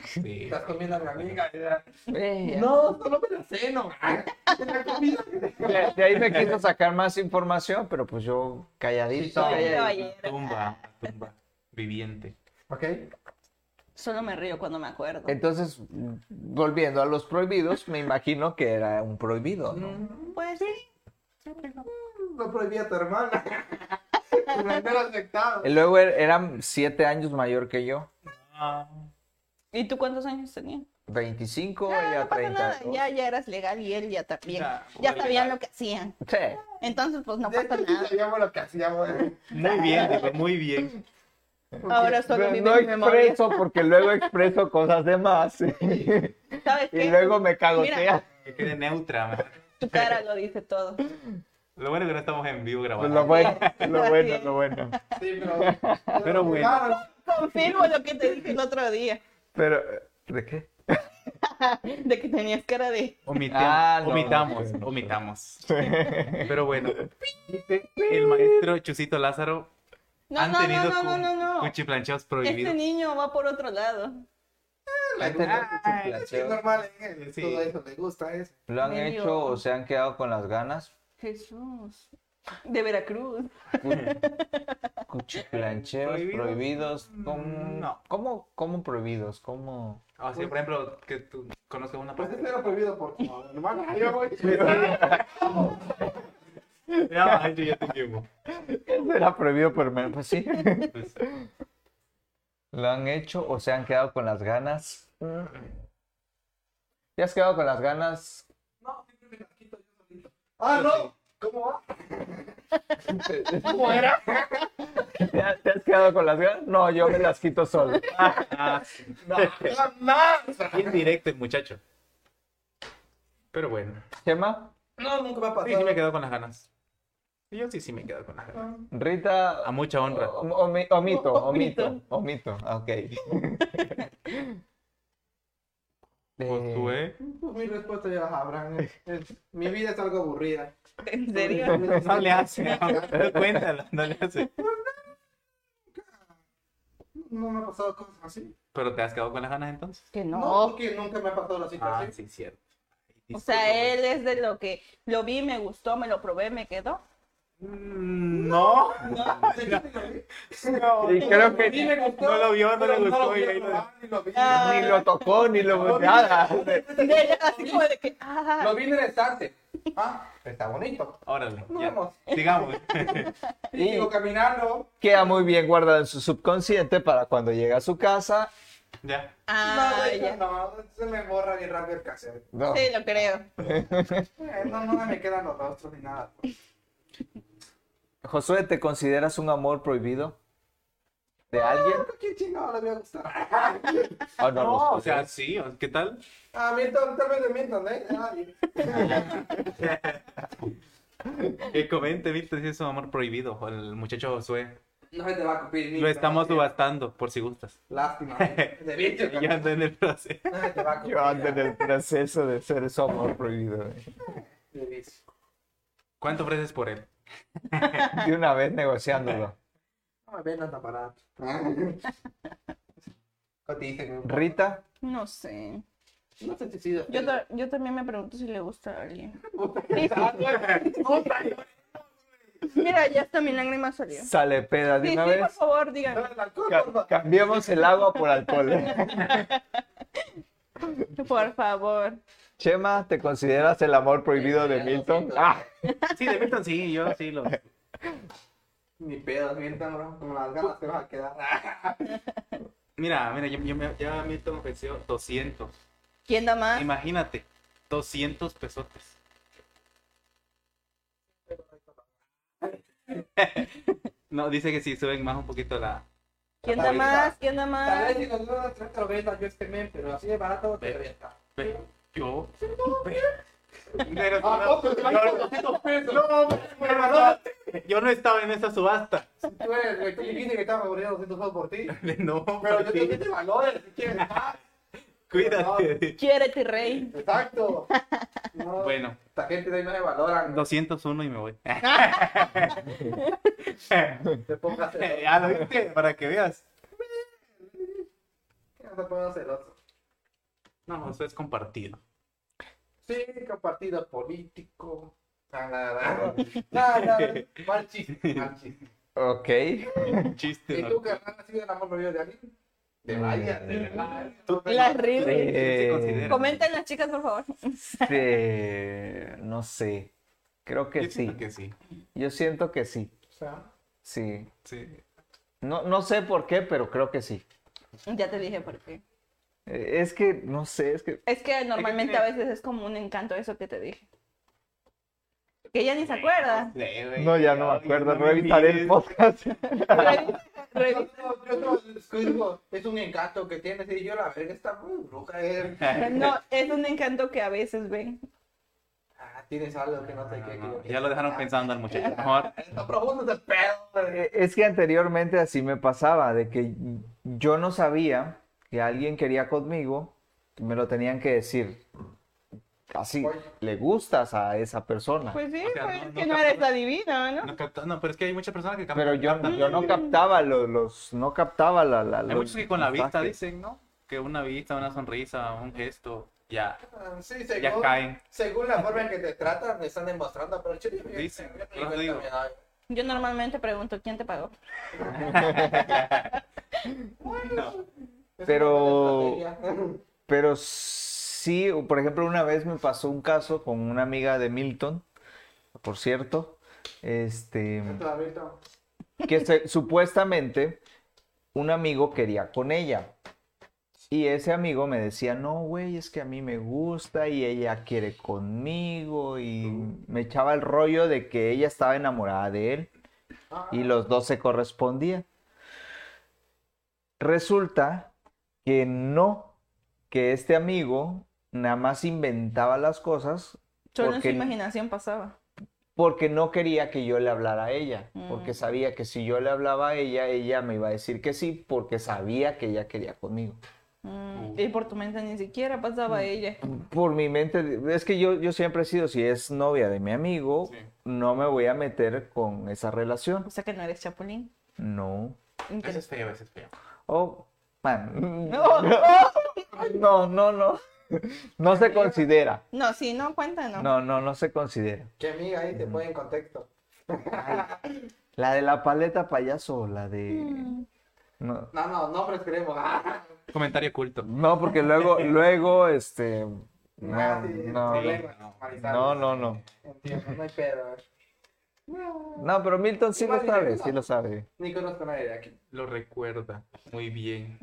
Speaker 1: sí.
Speaker 2: Estás comiendo a mi amiga. ya.
Speaker 3: Eh, ya.
Speaker 2: No, solo me la ceno. ah. Te la comí.
Speaker 3: De, de ahí me quiso sacar más información, pero pues yo calladito.
Speaker 2: Sí,
Speaker 3: calladito.
Speaker 4: Caballero.
Speaker 1: Tumba, tumba. Viviente.
Speaker 2: Ok.
Speaker 4: Solo me río cuando me acuerdo.
Speaker 3: Entonces, mm, volviendo a los prohibidos, me imagino que era un prohibido, ¿no?
Speaker 4: Pues sí.
Speaker 2: Mm, Lo prohibí a tu *laughs* hermana. Tu hermana aceptado.
Speaker 3: Y Luego er- eran siete años mayor que yo.
Speaker 1: Ah,
Speaker 4: ¿Y tú cuántos años tenías?
Speaker 3: 25 y
Speaker 4: Ah,
Speaker 3: a
Speaker 4: no pasa
Speaker 3: 30.
Speaker 4: nada, ya, ya eras legal y él ya también.
Speaker 1: Ya,
Speaker 4: ya
Speaker 1: fue
Speaker 4: sabían
Speaker 1: legal.
Speaker 4: lo que hacían.
Speaker 3: Sí.
Speaker 4: Entonces, pues no
Speaker 2: De
Speaker 4: pasa
Speaker 2: hecho, sí
Speaker 4: nada.
Speaker 2: sabíamos lo que hacíamos. ¿eh? güey.
Speaker 1: Muy bien, digo, muy bien.
Speaker 4: Ahora solo
Speaker 3: Pero
Speaker 4: vive
Speaker 3: no
Speaker 4: mi memoria.
Speaker 3: expreso porque luego expreso cosas de más.
Speaker 4: *laughs*
Speaker 3: y
Speaker 4: ¿Sabes qué?
Speaker 3: luego me cagotea.
Speaker 4: *laughs* Mira.
Speaker 1: Que quede neutra. man.
Speaker 4: Tu cara lo dice todo.
Speaker 1: Lo bueno es que no estamos en vivo
Speaker 3: Pues
Speaker 1: grabando.
Speaker 3: lo bueno,
Speaker 4: Así
Speaker 3: lo bueno,
Speaker 4: es.
Speaker 3: lo bueno.
Speaker 2: Sí, pero.
Speaker 1: Pero bueno.
Speaker 2: Claro,
Speaker 4: Confirmo lo que te dije el otro día,
Speaker 3: Pero, ¿de qué?
Speaker 4: de que tenías cara de...
Speaker 1: Omitem-
Speaker 3: Ah, no.
Speaker 1: omitamos, omitamos. Pero bueno, dice el maestro Chusito Lázaro
Speaker 4: No,
Speaker 1: han
Speaker 4: no,
Speaker 1: tenido
Speaker 4: no, no, no, no, no.
Speaker 1: cuchiplanchados
Speaker 4: Este
Speaker 1: prohibidos.
Speaker 4: niño va por otro lado.
Speaker 2: la-
Speaker 3: Ay,
Speaker 2: Sí, es normal, ¿eh?
Speaker 1: Sí.
Speaker 2: Todo eso le gusta, ¿eh? eso.
Speaker 3: ¿Lo han
Speaker 4: Medio-
Speaker 3: hecho o se han quedado con las ganas?
Speaker 4: Jesús. De Veracruz.
Speaker 3: Cuchiplancheos
Speaker 1: ¿Prohibidos?
Speaker 3: prohibidos. ¿Cómo,
Speaker 1: No.
Speaker 3: ¿cómo, cómo prohibidos? ¿Cómo?
Speaker 1: O sea, Ah, por ejemplo, que tú conozcas una
Speaker 2: Pues
Speaker 1: persona.
Speaker 2: este era prohibido por tu hermana. Yo voy.
Speaker 1: *laughs* Ya, Ancho, ya te llevo.
Speaker 3: Era prohibido por mí. Pues sí.
Speaker 1: Pues,
Speaker 3: *laughs* ¿Lo han hecho o se han quedado con las ganas? ¿Te has quedado con las ganas?
Speaker 2: No, siempre me la quito yo solito. Ah, no. ¿Cómo va? ¿Cómo era?
Speaker 3: ¿Te ha- te has quedado con las ganas? No, yo me las quito solo.
Speaker 1: ah,
Speaker 2: No, jamás.
Speaker 1: bien directo el muchacho. Pero bueno,
Speaker 3: Chema,
Speaker 2: No, nunca me
Speaker 1: sí, sí
Speaker 2: ha pasado. Ah.
Speaker 1: me he quedado con las ganas. Yo sí, sí me he quedado con las ganas.
Speaker 3: Rita,
Speaker 1: A mucha honra.
Speaker 3: o- omi- omito,
Speaker 4: Omito.
Speaker 3: omito, omito. Ah, Ok. Eh,
Speaker 1: Josué.
Speaker 2: Pues mi respuesta ya la sabrán. es- es- Mi vida es algo aburrida.
Speaker 4: ¿En serio?
Speaker 1: No le hace, *laughs* no, cuéntala, no le hace.
Speaker 2: No me ha pasado cosas así.
Speaker 1: Pero te has quedado con las ganas entonces.
Speaker 4: Que
Speaker 2: No,
Speaker 4: no.
Speaker 2: porque nunca me ha pasado la
Speaker 1: Ah,
Speaker 2: situación.
Speaker 1: sí, cierto.
Speaker 4: O sea, él es de lo que lo vi, me gustó, me lo probé, me quedó.
Speaker 1: Mm, *laughs* No.
Speaker 2: ¿De qué te lo vi?
Speaker 3: Y creo que
Speaker 2: Sí me gustó,
Speaker 1: No lo vio, no
Speaker 2: pero
Speaker 1: le gustó
Speaker 2: lo vi
Speaker 1: y ahí lo-
Speaker 2: probar, ni lo vi.
Speaker 4: Ah.
Speaker 3: ni lo tocó, ni lo... Nada.
Speaker 4: *laughs* De ella, así como de que, ah,
Speaker 2: Lo vi enderezarse. Ah, está bonito.
Speaker 1: Órale.
Speaker 2: Nos
Speaker 1: ya.
Speaker 2: vemos.
Speaker 1: Sigamos. *laughs*
Speaker 2: Y sigo caminando.
Speaker 3: Queda muy bien guardado en su subconsciente para cuando llega a su casa.
Speaker 1: ya.
Speaker 4: ah,
Speaker 2: No, de hecho,
Speaker 4: ya.
Speaker 2: no, se me borra bien rápido el cassette.
Speaker 3: No.
Speaker 4: *laughs* Sí, lo creo.
Speaker 2: Eh, No, no me quedan los rostros ni nada.
Speaker 3: Josué, ¿te consideras un amor prohibido? ¿De alguien?
Speaker 2: ¿A quién chingado le voy a gustar?
Speaker 3: Ah, no,
Speaker 1: No,
Speaker 3: los-
Speaker 1: o sea, sí, ¿qué tal?
Speaker 2: A Milton, Ah, tal vez de Milton,
Speaker 4: *laughs*
Speaker 2: ¿eh? A nadie.
Speaker 1: Que comente, viste, si es un amor prohibido. o El muchacho Josué.
Speaker 2: No se te va a cumplir.
Speaker 1: Lo
Speaker 2: Milton,
Speaker 1: estamos
Speaker 2: sí.
Speaker 1: subastando, por si gustas.
Speaker 2: Lástima. ¿eh? De bicho,
Speaker 1: Y *laughs* Yo ando en el proceso.
Speaker 2: No se te *laughs* va a cumplir.
Speaker 3: Yo ando en el proceso de ser su amor prohibido. eh.
Speaker 2: De bicho.
Speaker 1: ¿Cuánto ofreces por él?
Speaker 3: De una vez negociándolo.
Speaker 2: No me ven anda parado. *laughs* Cotice, güey.
Speaker 3: Rita,
Speaker 4: No sé.
Speaker 2: No sé si sí.
Speaker 4: Yo, ta- yo también me pregunto si le gusta a alguien. *laughs* Mira, ya hasta mi lágrima salió. Sí,
Speaker 3: sale peda de
Speaker 4: sí,
Speaker 3: una
Speaker 4: por
Speaker 3: vez.
Speaker 4: favor, díganme.
Speaker 2: Dale la copa,
Speaker 3: Ca-
Speaker 2: por favor.
Speaker 3: eh. cambiamos el agua por alcohol.
Speaker 4: *laughs* Por favor.
Speaker 3: Chema, ¿te consideras el amor prohibido de Milton? Ah,
Speaker 5: Sí, de Milton sí, yo sí lo.
Speaker 2: Ni pedos, mientras, bro. Como las ganas te vas a quedar. Ah,
Speaker 1: Mira, mira, yo, yo me, ya Milton ofreció 200.
Speaker 4: ¿Quién da más?
Speaker 1: Imagínate, 200 pesotes. *laughs* No, dice que si suben más un poquito la...
Speaker 4: ¿Quién da más? ¿Quién da
Speaker 2: Tal vez
Speaker 4: más?
Speaker 2: si nos duran tres cabezas, yo este men, pero así de barato te
Speaker 1: Ve.
Speaker 2: renta.
Speaker 1: Ve, Yo... ve. Pero-
Speaker 2: Ah, no, pues,
Speaker 1: no,
Speaker 2: hay
Speaker 1: no,
Speaker 2: 400 pesos.
Speaker 1: no, no, yo no estaba en esa subasta. *laughs*
Speaker 2: Tú eres, güey, tú dijiste que estaba aburrido 200 pesos por ti.
Speaker 1: No,
Speaker 2: Pero yo
Speaker 1: sí.
Speaker 2: también te valores, si quieres. Ah,
Speaker 1: cuídate.
Speaker 4: Quiérete, rey. *laughs*
Speaker 2: Exacto. No,
Speaker 1: Bueno,
Speaker 2: Esta gente de ahí no me valoran. No
Speaker 1: 201 y me voy. *laughs*
Speaker 2: te pongas *laughs* celoso.
Speaker 1: Eh, ya lo viste, para que veas.
Speaker 2: No te pongas celoso.
Speaker 1: No, eso es
Speaker 3: *laughs*
Speaker 1: compartido.
Speaker 2: Sí, que partido político. Nada,
Speaker 1: Ah,
Speaker 2: nada, nada. Mal chiste, mal
Speaker 1: *laughs*
Speaker 2: chiste.
Speaker 3: ok.
Speaker 1: Un Chiste.
Speaker 2: ¿Y
Speaker 1: ¿no?
Speaker 2: tú, carnal, has sido el amor prohibido de alguien? De Maya, de Maya.
Speaker 4: Las ribes.
Speaker 1: se
Speaker 3: Eh,
Speaker 1: considera.
Speaker 4: Comenten las chicas, por favor.
Speaker 3: eh, no sé. Creo que
Speaker 1: Yo siento
Speaker 3: sí.
Speaker 1: Que sí.
Speaker 3: Yo siento que sí.
Speaker 2: O sea,
Speaker 3: Sí.
Speaker 1: sí.
Speaker 3: No, no sé por qué, pero creo que sí.
Speaker 4: *laughs* Ya te dije por qué.
Speaker 3: Eh, Es que, no sé, es que...
Speaker 4: Es que normalmente a veces es como un encanto eso que te dije. Que ella ni se acuerda.
Speaker 3: No, ya no me acuerdo, no evitaré el
Speaker 1: el post.
Speaker 3: podcast.
Speaker 4: Revisa-
Speaker 2: yo
Speaker 4: revisa-
Speaker 2: no- yo no descubro, es un encanto que tienes y yo la verga está muy
Speaker 1: *laughs*
Speaker 2: bruja. eh.
Speaker 4: No, es un encanto que a veces ven.
Speaker 2: Ah, tienes algo que no sé qué. que-
Speaker 1: ya lo dejaron
Speaker 2: Ah,
Speaker 1: pensando al muchacho. Mejor.
Speaker 2: Está profundo ese pedo. eh.
Speaker 3: *laughs* Eh, Es que anteriormente así me pasaba, de que yo no sabía que alguien quería conmigo, y me lo tenían que decir. Así,
Speaker 2: Oye.
Speaker 3: le gustas a esa persona.
Speaker 4: Pues sí,
Speaker 1: Ah, O sea,
Speaker 4: pues
Speaker 1: no- no
Speaker 4: que no
Speaker 1: te
Speaker 4: eres
Speaker 1: acuerdas.
Speaker 4: la divina, ¿no?
Speaker 1: *laughs* No, capta- no, pero es que hay muchas personas que captan.
Speaker 3: Pero yo,
Speaker 1: captan.
Speaker 3: yo no captaba los, los no captaba la,
Speaker 1: Mm.
Speaker 3: la-
Speaker 1: Hay
Speaker 3: los
Speaker 1: muchos que con la vista
Speaker 3: mensajes.
Speaker 1: dicen, ¿no? Que una vista, una sonrisa, un gesto, ya,
Speaker 2: Ah, Sí,
Speaker 1: ya
Speaker 2: según,
Speaker 1: caen.
Speaker 2: según la forma en que te tratan, te están demostrando. Pero yo yo-
Speaker 1: Dicen,
Speaker 2: yo- yo-
Speaker 1: por eso
Speaker 2: yo-
Speaker 1: digo.
Speaker 2: yo-
Speaker 4: Yo normalmente pregunto, ¿quién te pagó?
Speaker 1: No.
Speaker 2: Es
Speaker 3: Pero-
Speaker 2: una buena estrategia. *laughs*
Speaker 3: Pero sí, o por ejemplo, una vez me pasó un caso con una amiga de Milton, por cierto, este,
Speaker 2: Todavía no.
Speaker 3: que se- supuestamente un amigo quería con ella. Y ese amigo me decía, no, güey, es que a mí me gusta y ella quiere conmigo y me echaba el rollo de que ella estaba enamorada de él
Speaker 2: Ah,
Speaker 3: y los dos se correspondían. Resulta que no, que este amigo nada más inventaba las cosas
Speaker 4: Solo en su
Speaker 3: Porque-
Speaker 4: imaginación pasaba.
Speaker 3: porque no quería que yo le hablara a ella, porque
Speaker 4: Mm.
Speaker 3: sabía que si yo le hablaba a ella, ella me iba a decir que sí, porque sabía que ella quería conmigo.
Speaker 4: Mm,
Speaker 1: Uh.
Speaker 4: Y por tu mente ni siquiera
Speaker 1: Mm.
Speaker 4: pasaba ella.
Speaker 3: Por mi mente, es que yo, yo siempre he sido, si es novia de mi amigo,
Speaker 1: Sí.
Speaker 3: no me voy a meter con esa relación.
Speaker 4: O sea que no eres chapulín.
Speaker 3: No.
Speaker 1: Ese
Speaker 4: Inter-
Speaker 1: es feo, ese es feo.
Speaker 3: Oh, man.
Speaker 4: No.
Speaker 3: No, no, no. No se considera.
Speaker 4: No, sí, no cuenta, no.
Speaker 3: No, no, no se considera.
Speaker 2: ¿Qué amiga ahí te pone en contexto?
Speaker 3: La de la paleta payaso, la de.
Speaker 4: Mm.
Speaker 3: No,
Speaker 2: No, no, no, pero queremos. *laughs* Ah,
Speaker 1: Comentario oculto.
Speaker 3: no porque luego, luego, este.
Speaker 2: nah,
Speaker 3: No,
Speaker 2: ah, sí,
Speaker 3: no,
Speaker 2: problema,
Speaker 1: no.
Speaker 2: Marisabel.
Speaker 3: no, no, no.
Speaker 2: Entiendo, no hay pedo. eh.
Speaker 3: No, pero Milton sí lo
Speaker 2: Igual y
Speaker 3: sabe,
Speaker 2: regresa.
Speaker 3: sí lo sabe.
Speaker 2: Ni conozco a nadie de aquí.
Speaker 1: Lo recuerda muy bien.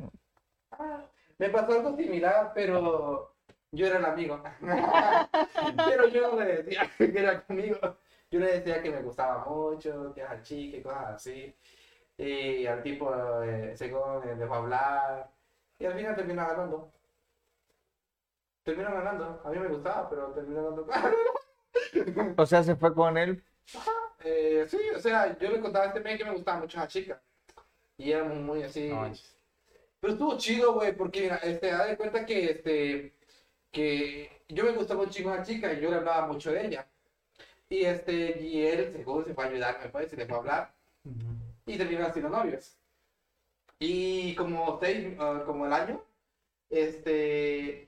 Speaker 2: Me pasó algo similar, pero yo era el amigo. *laughs* pero yo no le decía *laughs* que era conmigo. Yo le decía que me gustaba mucho, que era chique, cosas así. Y al tipo eh, según eh, dejó hablar. Y al final terminó ganando. Terminó ganando. A mí me gustaba, pero terminó ganando.
Speaker 3: O sea, se fue con él.
Speaker 2: Eh, sí, o sea, yo le contaba a este men que me gustaba mucho esa chica. Y era muy así.
Speaker 1: No manches.
Speaker 2: Pero estuvo chido, güey, porque mira, este, da de cuenta que este que yo me gustaba un chingo a esa chica y yo le hablaba mucho de ella. Y este, y él seguro se fue a ayudarme, pues, se le fue a hablar. Y terminaron siendo novios. Y como seis, ah, como el año, este.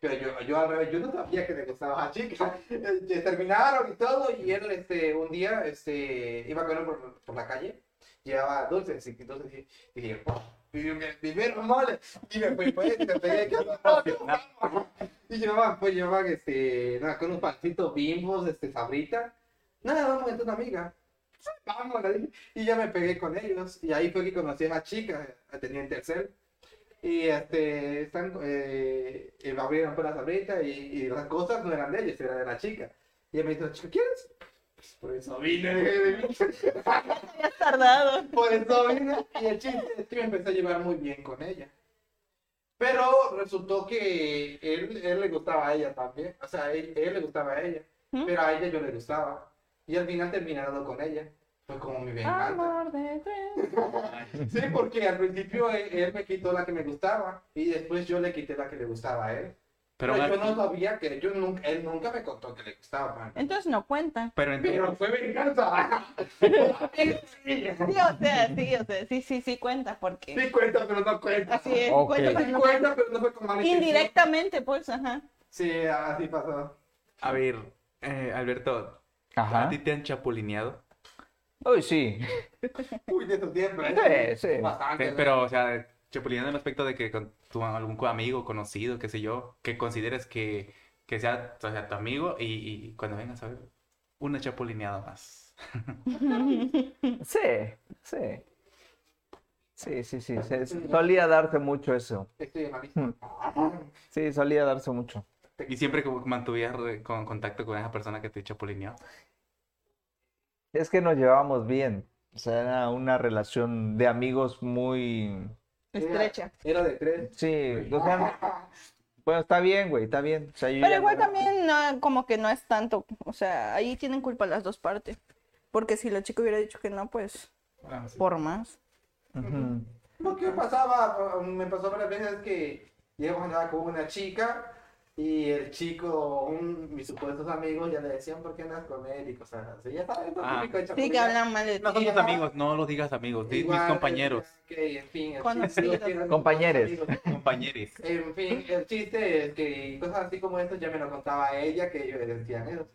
Speaker 2: Pero yo, yo al revés, yo no sabía que le gustaba a esa chica. *laughs* este, Eh, Terminaron y todo, y él, este, un día, este, iba con él por, por la calle. llevaba dulces, y entonces dije, dije, "Oh", y yo, el primer mole, y me fui, pues, me pegué aquí, y llevaban, pues, llevaban, este, nada, con unos pancitos bimbos, este, sabrita, nada, vamos con una amiga, "Sí, vamos, le dije, y ya me pegué con ellos, y ahí fue que conocí a la chica, la tenía en tercer, y este, están, eh, y me abrieron por la sabrita, y, y las cosas no eran de ellos, eran de la chica, y ella me dijo, chica, ¿quieres? Pues, Por eso vine, *laughs* dije,
Speaker 4: has tardado.
Speaker 2: por eso vine. Y el chiste es que me empecé a llevar muy bien con ella. Pero resultó que él, él le gustaba a ella también. O sea, él, él le gustaba a ella.
Speaker 4: ¿Mm?
Speaker 2: Pero a ella yo le gustaba. Y al final terminaron con ella. Fue como mi venganza.
Speaker 4: Amor de tres.
Speaker 2: Sí, porque al principio él, él me quitó la que me gustaba. Y después yo le quité la que le gustaba a él. Pero,
Speaker 1: Pero, aún
Speaker 2: yo
Speaker 1: así-
Speaker 2: no sabía que yo nunca, él nunca me contó que le gustaba. man.
Speaker 4: Entonces no cuenta.
Speaker 1: pero entonces,
Speaker 2: Pero fue venganza.
Speaker 4: Sí, o sea, sí, o sea, sí, sí, sí cuenta porque.
Speaker 2: Sí cuenta, pero no cuenta.
Speaker 4: Así es,
Speaker 3: Ok.
Speaker 4: cuenta, pero
Speaker 2: Sí
Speaker 4: no
Speaker 2: cuenta, pero no fue con mala intención.
Speaker 4: Indirectamente,
Speaker 1: *laughs*
Speaker 4: pues, ajá.
Speaker 2: Sí, así pasó.
Speaker 1: a ver, eh, Alberto, ¿a
Speaker 3: Ajá.
Speaker 1: ti te han chapulineado?
Speaker 3: Uy, sí. *laughs*
Speaker 2: Uy, de tu tiempo, ¿eh?
Speaker 3: Sí, sí.
Speaker 2: Bastante,
Speaker 1: Pe- Pero, o sea, chapulineando en el aspecto de que con tu, algún co- amigo, conocido, qué sé yo, que consideres que, que sea, o sea, tu amigo y, y cuando vengas a ver, una chapulineada más.
Speaker 3: Sí, sí. Sí, sí, sí. se- solía darse mucho eso.
Speaker 2: Estoy en la lista.
Speaker 3: Sí, solía darse mucho.
Speaker 1: Y siempre como que mantuvías re- con contacto con esa persona que te chapulineó.
Speaker 3: Es que nos llevábamos bien. O sea, era una relación de amigos muy...
Speaker 4: Estrecha.
Speaker 2: Era de tres.
Speaker 3: Sí, o sea, bueno, está bien, güey, está bien. O sea, yo
Speaker 4: Pero
Speaker 3: ya
Speaker 4: igual
Speaker 3: no era-
Speaker 4: también no, como que no es tanto. O sea, ahí tienen culpa las dos partes. Porque si la chica hubiera dicho que no, pues, por más.
Speaker 3: Ujú.
Speaker 2: Lo que pasaba, ah, me pasó varias veces que llegamos a andar con una chica y el chico, un- mis supuestos amigos, ya le decían por qué andas con él y pues, cosas así. Ya sabes, lo
Speaker 1: Ah.
Speaker 2: típico de
Speaker 4: Sí, que
Speaker 2: chapulinear.
Speaker 4: hablan mal de
Speaker 1: No
Speaker 4: ti.
Speaker 1: son tus amigos, no los digas amigos, di mis
Speaker 2: Igual,
Speaker 1: compañeros,
Speaker 2: que, en fin, el
Speaker 4: Conocidos.
Speaker 2: chiste es que eran
Speaker 3: Compañeros.
Speaker 2: amigos.
Speaker 1: compañeros.
Speaker 2: En fin, el chiste es que cosas así como esto ya me lo contaba ella, que ellos decían eso.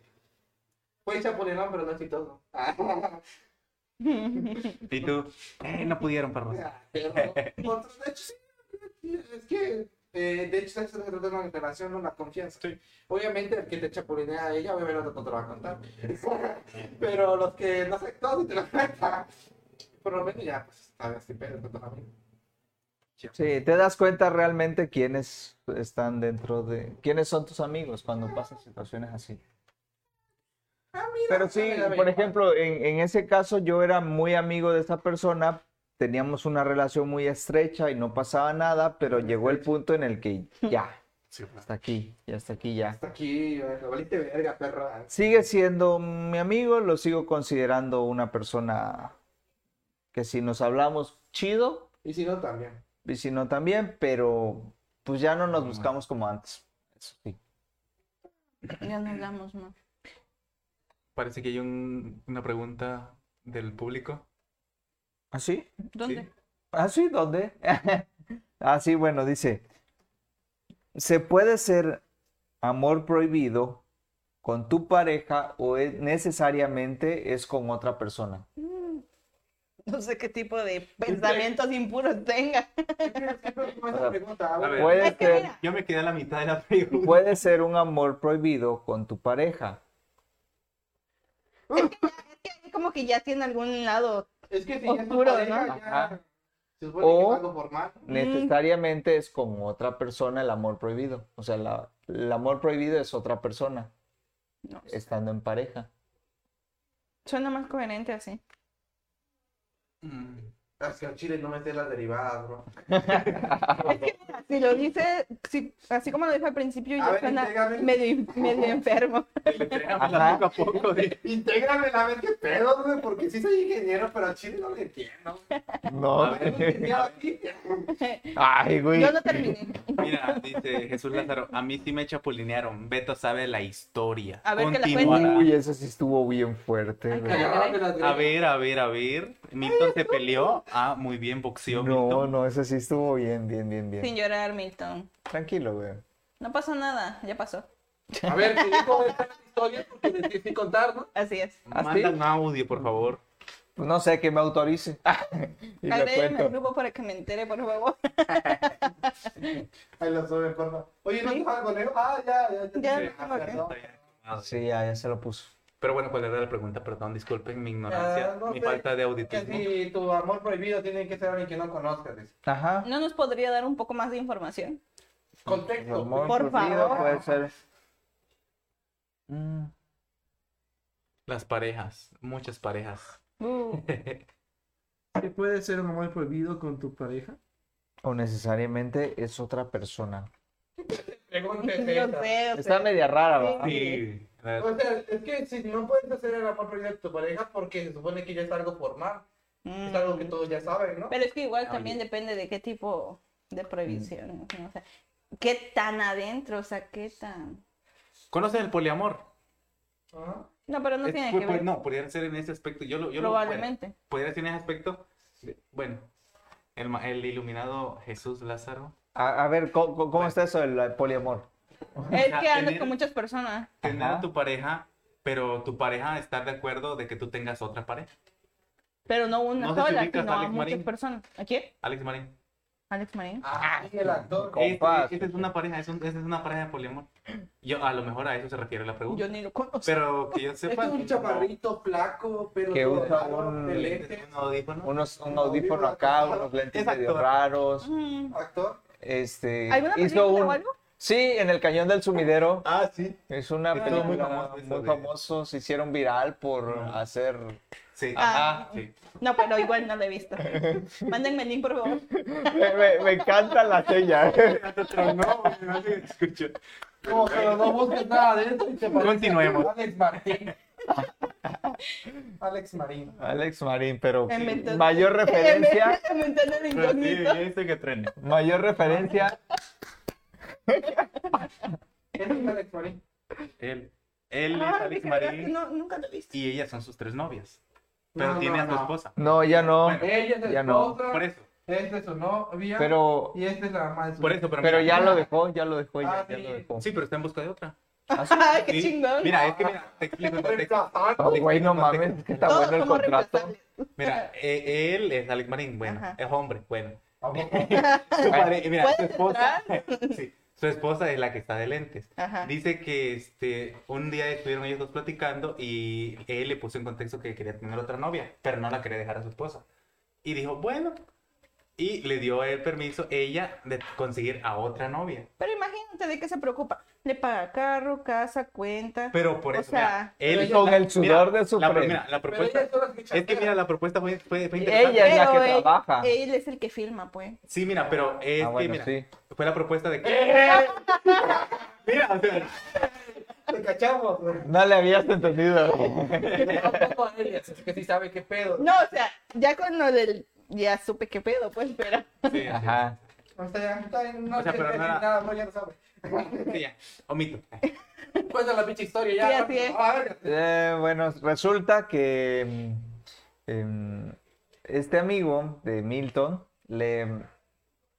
Speaker 2: Fue chapulelón, pero no *laughs* exitoso.
Speaker 1: Y tú, eh, no pudieron, perros.
Speaker 2: Pero, por- de hecho, sí, es que, eh, de hecho, eso se trata de una relación, no una confianza. Obviamente, el que te chapulinea a ella, obviamente no te lo va a contar. Pero los que no sé, todos sí te lo cuentan. Por lo menos ya, pues, sabes, si pedo, tanto amigo.
Speaker 3: Sí, te das cuenta realmente quiénes están dentro de... quiénes son tus amigos cuando pasan situaciones así. Pero sí,
Speaker 2: mira, mira.
Speaker 3: por ejemplo, en, en ese caso yo era muy amigo de esa persona, teníamos una relación muy estrecha y no pasaba nada, pero llegó el punto en el que ya,
Speaker 1: Sí, pues.
Speaker 3: hasta aquí, ya hasta aquí, ya.
Speaker 2: Hasta aquí, eh, lo valiste verga, perro.
Speaker 3: Sigue siendo mi amigo, lo sigo considerando una persona que si nos hablamos chido
Speaker 2: Y si no, también.
Speaker 3: y si no también, pero pues ya no nos buscamos como antes. Eso sí.
Speaker 4: *laughs* Ya no hablamos más.
Speaker 1: Parece que hay un- una pregunta del público.
Speaker 3: ¿Ah, sí?
Speaker 4: ¿Dónde?
Speaker 3: ¿Ah, sí? ¿Dónde? *laughs* Ah, sí, bueno, dice, ¿se puede ser amor prohibido con tu pareja o es- necesariamente es con otra persona?
Speaker 4: Mm. No sé qué tipo de pensamientos
Speaker 2: *laughs*
Speaker 4: impuros tenga.
Speaker 2: Esa pregunta, a
Speaker 1: A
Speaker 2: ver.
Speaker 1: ver,
Speaker 3: Puede
Speaker 4: Es que
Speaker 3: ser,
Speaker 4: mira.
Speaker 1: yo me quedé a la mitad de la pregunta.
Speaker 3: puede ser un amor prohibido con tu pareja.
Speaker 4: Como que ya tiene algún lado.
Speaker 2: Es que si
Speaker 4: Oscuro,
Speaker 2: ya es tu pareja,
Speaker 4: ¿no?
Speaker 2: ya
Speaker 3: Ajá.
Speaker 2: se supone que
Speaker 3: O-
Speaker 2: es algo formal.
Speaker 4: Mm.
Speaker 3: Necesariamente es con otra persona el amor prohibido. O sea, la- el amor prohibido es otra persona
Speaker 4: No,
Speaker 3: estando en pareja.
Speaker 4: suena más coherente así.
Speaker 1: Mm.
Speaker 2: Es que al chile no me sé las derivadas, *laughs* bro.
Speaker 4: Es que mira, si lo dice, si- así como lo dijo al principio,
Speaker 2: A
Speaker 4: ya
Speaker 2: ver,
Speaker 4: suena
Speaker 2: entrégame.
Speaker 4: medio, medio enfermo.
Speaker 1: Deletréamela poco a poco. di.
Speaker 2: Intégrame la vez que pedo, güey, porque sí soy ingeniero, pero al chile no lo entiendo.
Speaker 3: No.
Speaker 2: A ver, un ingeniero aquí.
Speaker 3: *laughs*
Speaker 2: *laughs*
Speaker 3: Ay, güey.
Speaker 4: Yo no terminé.
Speaker 1: Mira, dice Jesús Lázaro, a mí sí me chapulinearon. Beto sabe la historia.
Speaker 4: A ver, que la
Speaker 1: Continuará.
Speaker 3: Uy, eso sí estuvo bien fuerte,
Speaker 4: Ay,
Speaker 3: güey.
Speaker 2: Ya,
Speaker 4: caray.
Speaker 2: me las
Speaker 1: A ver, a ver, a ver. Milton se peleó. Ah, muy bien, boxeó
Speaker 3: No,
Speaker 1: Milton.
Speaker 3: no, eso sí estuvo bien, bien, bien, bien.
Speaker 4: Sin llorar, Milton.
Speaker 3: Tranquilo, güey.
Speaker 4: No pasó nada, ya pasó.
Speaker 2: A ver, si dijo esta historia, porque les dije contar, ¿no?
Speaker 4: Así es.
Speaker 3: ¿Ah, sí?
Speaker 1: Manda un audio, por favor.
Speaker 3: Pues no sé, que me autorice. *laughs* y le
Speaker 4: Agréguenme al
Speaker 3: cuento.
Speaker 4: grupo para que me entere, por favor. *laughs*
Speaker 2: Ahí lo sube, porfa. Oye, ¿no te vas con él? Ah, ya, ya.
Speaker 4: Ya,
Speaker 2: Sí,
Speaker 4: no, ok.
Speaker 2: perdón.
Speaker 3: Ah, Sí, ya, ya se lo puso.
Speaker 1: Ah, Pero bueno, ¿cuál era la pregunta? Perdón, disculpen mi ignorancia,
Speaker 2: Ah, no
Speaker 1: mi
Speaker 2: sé.
Speaker 1: falta de
Speaker 2: Que
Speaker 1: auditismo.
Speaker 2: si tu amor prohibido tiene que ser alguien que no conozcas. dice.
Speaker 3: Ajá.
Speaker 4: ¿No nos podría dar un poco más de información?
Speaker 2: Contexto.
Speaker 3: Amor
Speaker 4: Por
Speaker 3: prohibido
Speaker 4: favor.
Speaker 3: puede ser. Mm,
Speaker 1: Las parejas, muchas parejas.
Speaker 4: *laughs* Uh,
Speaker 6: ¿Qué puede ser un amor prohibido con tu pareja?
Speaker 3: o necesariamente es otra persona.
Speaker 2: Pregúntese.
Speaker 4: yo sé, o
Speaker 3: Está
Speaker 4: sea,
Speaker 3: media rara,
Speaker 4: sí.
Speaker 3: ¿verdad?
Speaker 1: *laughs* Sí, la-
Speaker 2: O sea, es que si no puedes hacer el amor prohibido de tu pareja porque se supone que ya es algo formal,
Speaker 4: mm.
Speaker 2: es algo que todos ya saben, ¿no?
Speaker 4: Pero es que igual
Speaker 1: Oye.
Speaker 4: también depende de qué tipo de prohibición.
Speaker 1: Mm.
Speaker 4: ¿no? O sea, qué tan adentro, o sea, qué tan.
Speaker 1: ¿Conoces el poliamor?
Speaker 2: Ajá.
Speaker 4: No, pero no
Speaker 1: Es-
Speaker 4: tiene
Speaker 1: pues-
Speaker 4: que
Speaker 1: pues
Speaker 4: ver.
Speaker 1: no, podría ser en ese aspecto. Yo lo, yo lo-
Speaker 4: probablemente.
Speaker 1: podría ser en ese aspecto. Bueno, el, ma- el iluminado Jesús Lázaro
Speaker 3: A, a ver, ¿cómo, cómo- cómo está eso del eh, poliamor?
Speaker 4: Es que
Speaker 1: Ajá,
Speaker 4: andas
Speaker 1: tener-
Speaker 4: con muchas personas.
Speaker 1: tener
Speaker 3: Ajá.
Speaker 1: a tu pareja, pero tu pareja estar de acuerdo de que tú tengas otra pareja.
Speaker 4: Pero no una
Speaker 1: No sé si
Speaker 4: sola,
Speaker 1: ubicas a
Speaker 4: sino a
Speaker 1: Alex
Speaker 4: muchas
Speaker 1: Marín.
Speaker 4: personas. ¿A quién?
Speaker 1: Alex Marín.
Speaker 4: Alex Marín.
Speaker 2: Ah, sí, el actor.
Speaker 3: ¿Cómo? Compas.
Speaker 1: Esta es una pareja, es, un- esa es una pareja de poliamor. Yo, a lo mejor a eso se refiere la pregunta.
Speaker 4: Yo ni lo conozco.
Speaker 1: Pero que yo
Speaker 2: Es
Speaker 1: sepa.
Speaker 2: que un chaparrito flaco, pero
Speaker 3: Que
Speaker 2: todo
Speaker 3: usa
Speaker 2: raro,
Speaker 3: un-
Speaker 2: de
Speaker 1: lentes,
Speaker 2: lentes,
Speaker 1: un audífono.
Speaker 3: Unos, un audífono acá, unos lentes
Speaker 1: Exacto.
Speaker 3: medio raros.
Speaker 4: Mm.
Speaker 2: actor.
Speaker 1: Eh,
Speaker 3: Este,
Speaker 4: ¿Alguna
Speaker 3: hizo
Speaker 4: película
Speaker 3: un-
Speaker 4: o algo?
Speaker 3: Sí, en el Cañón del Sumidero.
Speaker 1: Ah, sí.
Speaker 3: Es una
Speaker 1: Estuvo
Speaker 3: película muy
Speaker 1: muy
Speaker 3: famosa.
Speaker 1: famoso eso de-
Speaker 3: Se hicieron viral por
Speaker 1: No.
Speaker 3: hacer.
Speaker 1: Sí.
Speaker 4: Ah.
Speaker 1: Sí.
Speaker 4: No, pero igual no lo he
Speaker 1: *laughs*
Speaker 4: visto. Mándenme el link, por favor.
Speaker 3: Me, me- me encanta la sella.
Speaker 1: No, no se escuchó.
Speaker 2: Como que no busques nada de esto y te parece
Speaker 1: Continuemos.
Speaker 2: Alex Martín. Alex Marín.
Speaker 3: Alex Marín, pero
Speaker 4: En vez-
Speaker 3: mayor referencia.
Speaker 4: En vez de
Speaker 1: Pero sí,
Speaker 4: incógnito.
Speaker 1: este que trene.
Speaker 3: Mayor referencia.
Speaker 2: ¿Quién es Alex Marín?
Speaker 1: Él. Él es
Speaker 4: Ah,
Speaker 1: Alex
Speaker 4: fíjate,
Speaker 1: Marín
Speaker 4: No, nunca lo he visto.
Speaker 1: y ellas son sus tres novias. Pero
Speaker 2: No,
Speaker 1: tiene
Speaker 2: no,
Speaker 1: a su
Speaker 2: no.
Speaker 1: esposa.
Speaker 3: No, ya no.
Speaker 1: Bueno,
Speaker 2: Ella es
Speaker 3: Ya
Speaker 2: la
Speaker 3: no.
Speaker 2: esposa,
Speaker 1: Por eso.
Speaker 2: esta es su novia
Speaker 3: Pero,
Speaker 2: y esta es la mamá de su
Speaker 1: Por eso, pero,
Speaker 3: pero
Speaker 1: mira,
Speaker 3: ya lo dejó, ya lo dejó.
Speaker 2: Ah,
Speaker 3: Ya, ya
Speaker 2: sí.
Speaker 3: lo dejó.
Speaker 1: Sí, pero está en busca de otra.
Speaker 4: Ay, Ah, qué
Speaker 1: Sí.
Speaker 4: chingón.
Speaker 1: Mira, es que mira, te explico el contexto.
Speaker 3: Oh,
Speaker 2: Reemplazable.
Speaker 3: güey, no mames, que está
Speaker 4: Todos
Speaker 3: bueno el
Speaker 4: somos
Speaker 3: contrato. Ah,
Speaker 4: reemplazables.
Speaker 1: Mira, eh, él es Alex Marín, bueno,
Speaker 4: Ajá.
Speaker 1: es hombre,
Speaker 4: *laughs*
Speaker 1: bueno.
Speaker 2: ¿A poco?
Speaker 1: Su pare- mira, su
Speaker 4: ¿Puedes
Speaker 1: esposa, *laughs* sí, su esposa es la que está de lentes.
Speaker 4: Ajá.
Speaker 1: Dice que este, un día estuvieron ellos dos platicando y él le puso en contexto que quería tener otra novia, pero no la quería dejar a su esposa. Y dijo, bueno, y le dio el permiso ella de conseguir a otra novia.
Speaker 4: Pero imagínate de qué se preocupa. Le paga carro, casa, cuenta.
Speaker 1: Pero por
Speaker 4: O
Speaker 1: eso, mira,
Speaker 4: sea,
Speaker 1: él
Speaker 3: con el sudor
Speaker 1: mira,
Speaker 3: de su
Speaker 1: la, pro-
Speaker 3: frente.
Speaker 1: mira, la
Speaker 2: Pero
Speaker 1: propuesta
Speaker 2: ella es toda escuchadora.
Speaker 1: es que mira, la propuesta fue, fue, fue
Speaker 3: Y
Speaker 1: interesante.
Speaker 3: ella es la
Speaker 4: Pero
Speaker 3: que
Speaker 4: él-
Speaker 3: trabaja.
Speaker 4: Él es el que firma, pues.
Speaker 1: Sí, mira, pero es
Speaker 3: Ah,
Speaker 1: que
Speaker 3: bueno,
Speaker 1: mira,
Speaker 3: sí.
Speaker 1: fue la propuesta de que
Speaker 2: ¡Eh!
Speaker 1: *laughs* mira, o sea,
Speaker 2: Te cachamos. *laughs* güey.
Speaker 3: No le habías
Speaker 1: *laughs*
Speaker 3: entendido.
Speaker 2: Tampoco a él, es que sí sabe qué pedo.
Speaker 4: No, o sea, ya con lo del. Ya supe qué pedo, pues, pero.
Speaker 1: sí, Ajá.
Speaker 3: Ajá.
Speaker 2: O sea, está en- no
Speaker 1: O sea,
Speaker 2: quiere
Speaker 1: pero
Speaker 2: decir
Speaker 1: no era-
Speaker 2: nada, no, ya lo sabe.
Speaker 1: Sí, ya, omito.
Speaker 2: Cuenta la pinche historia ya.
Speaker 4: Sí, así es.
Speaker 2: A ver,
Speaker 3: Eh, bueno, resulta que mm, em, este amigo de Milton le mm,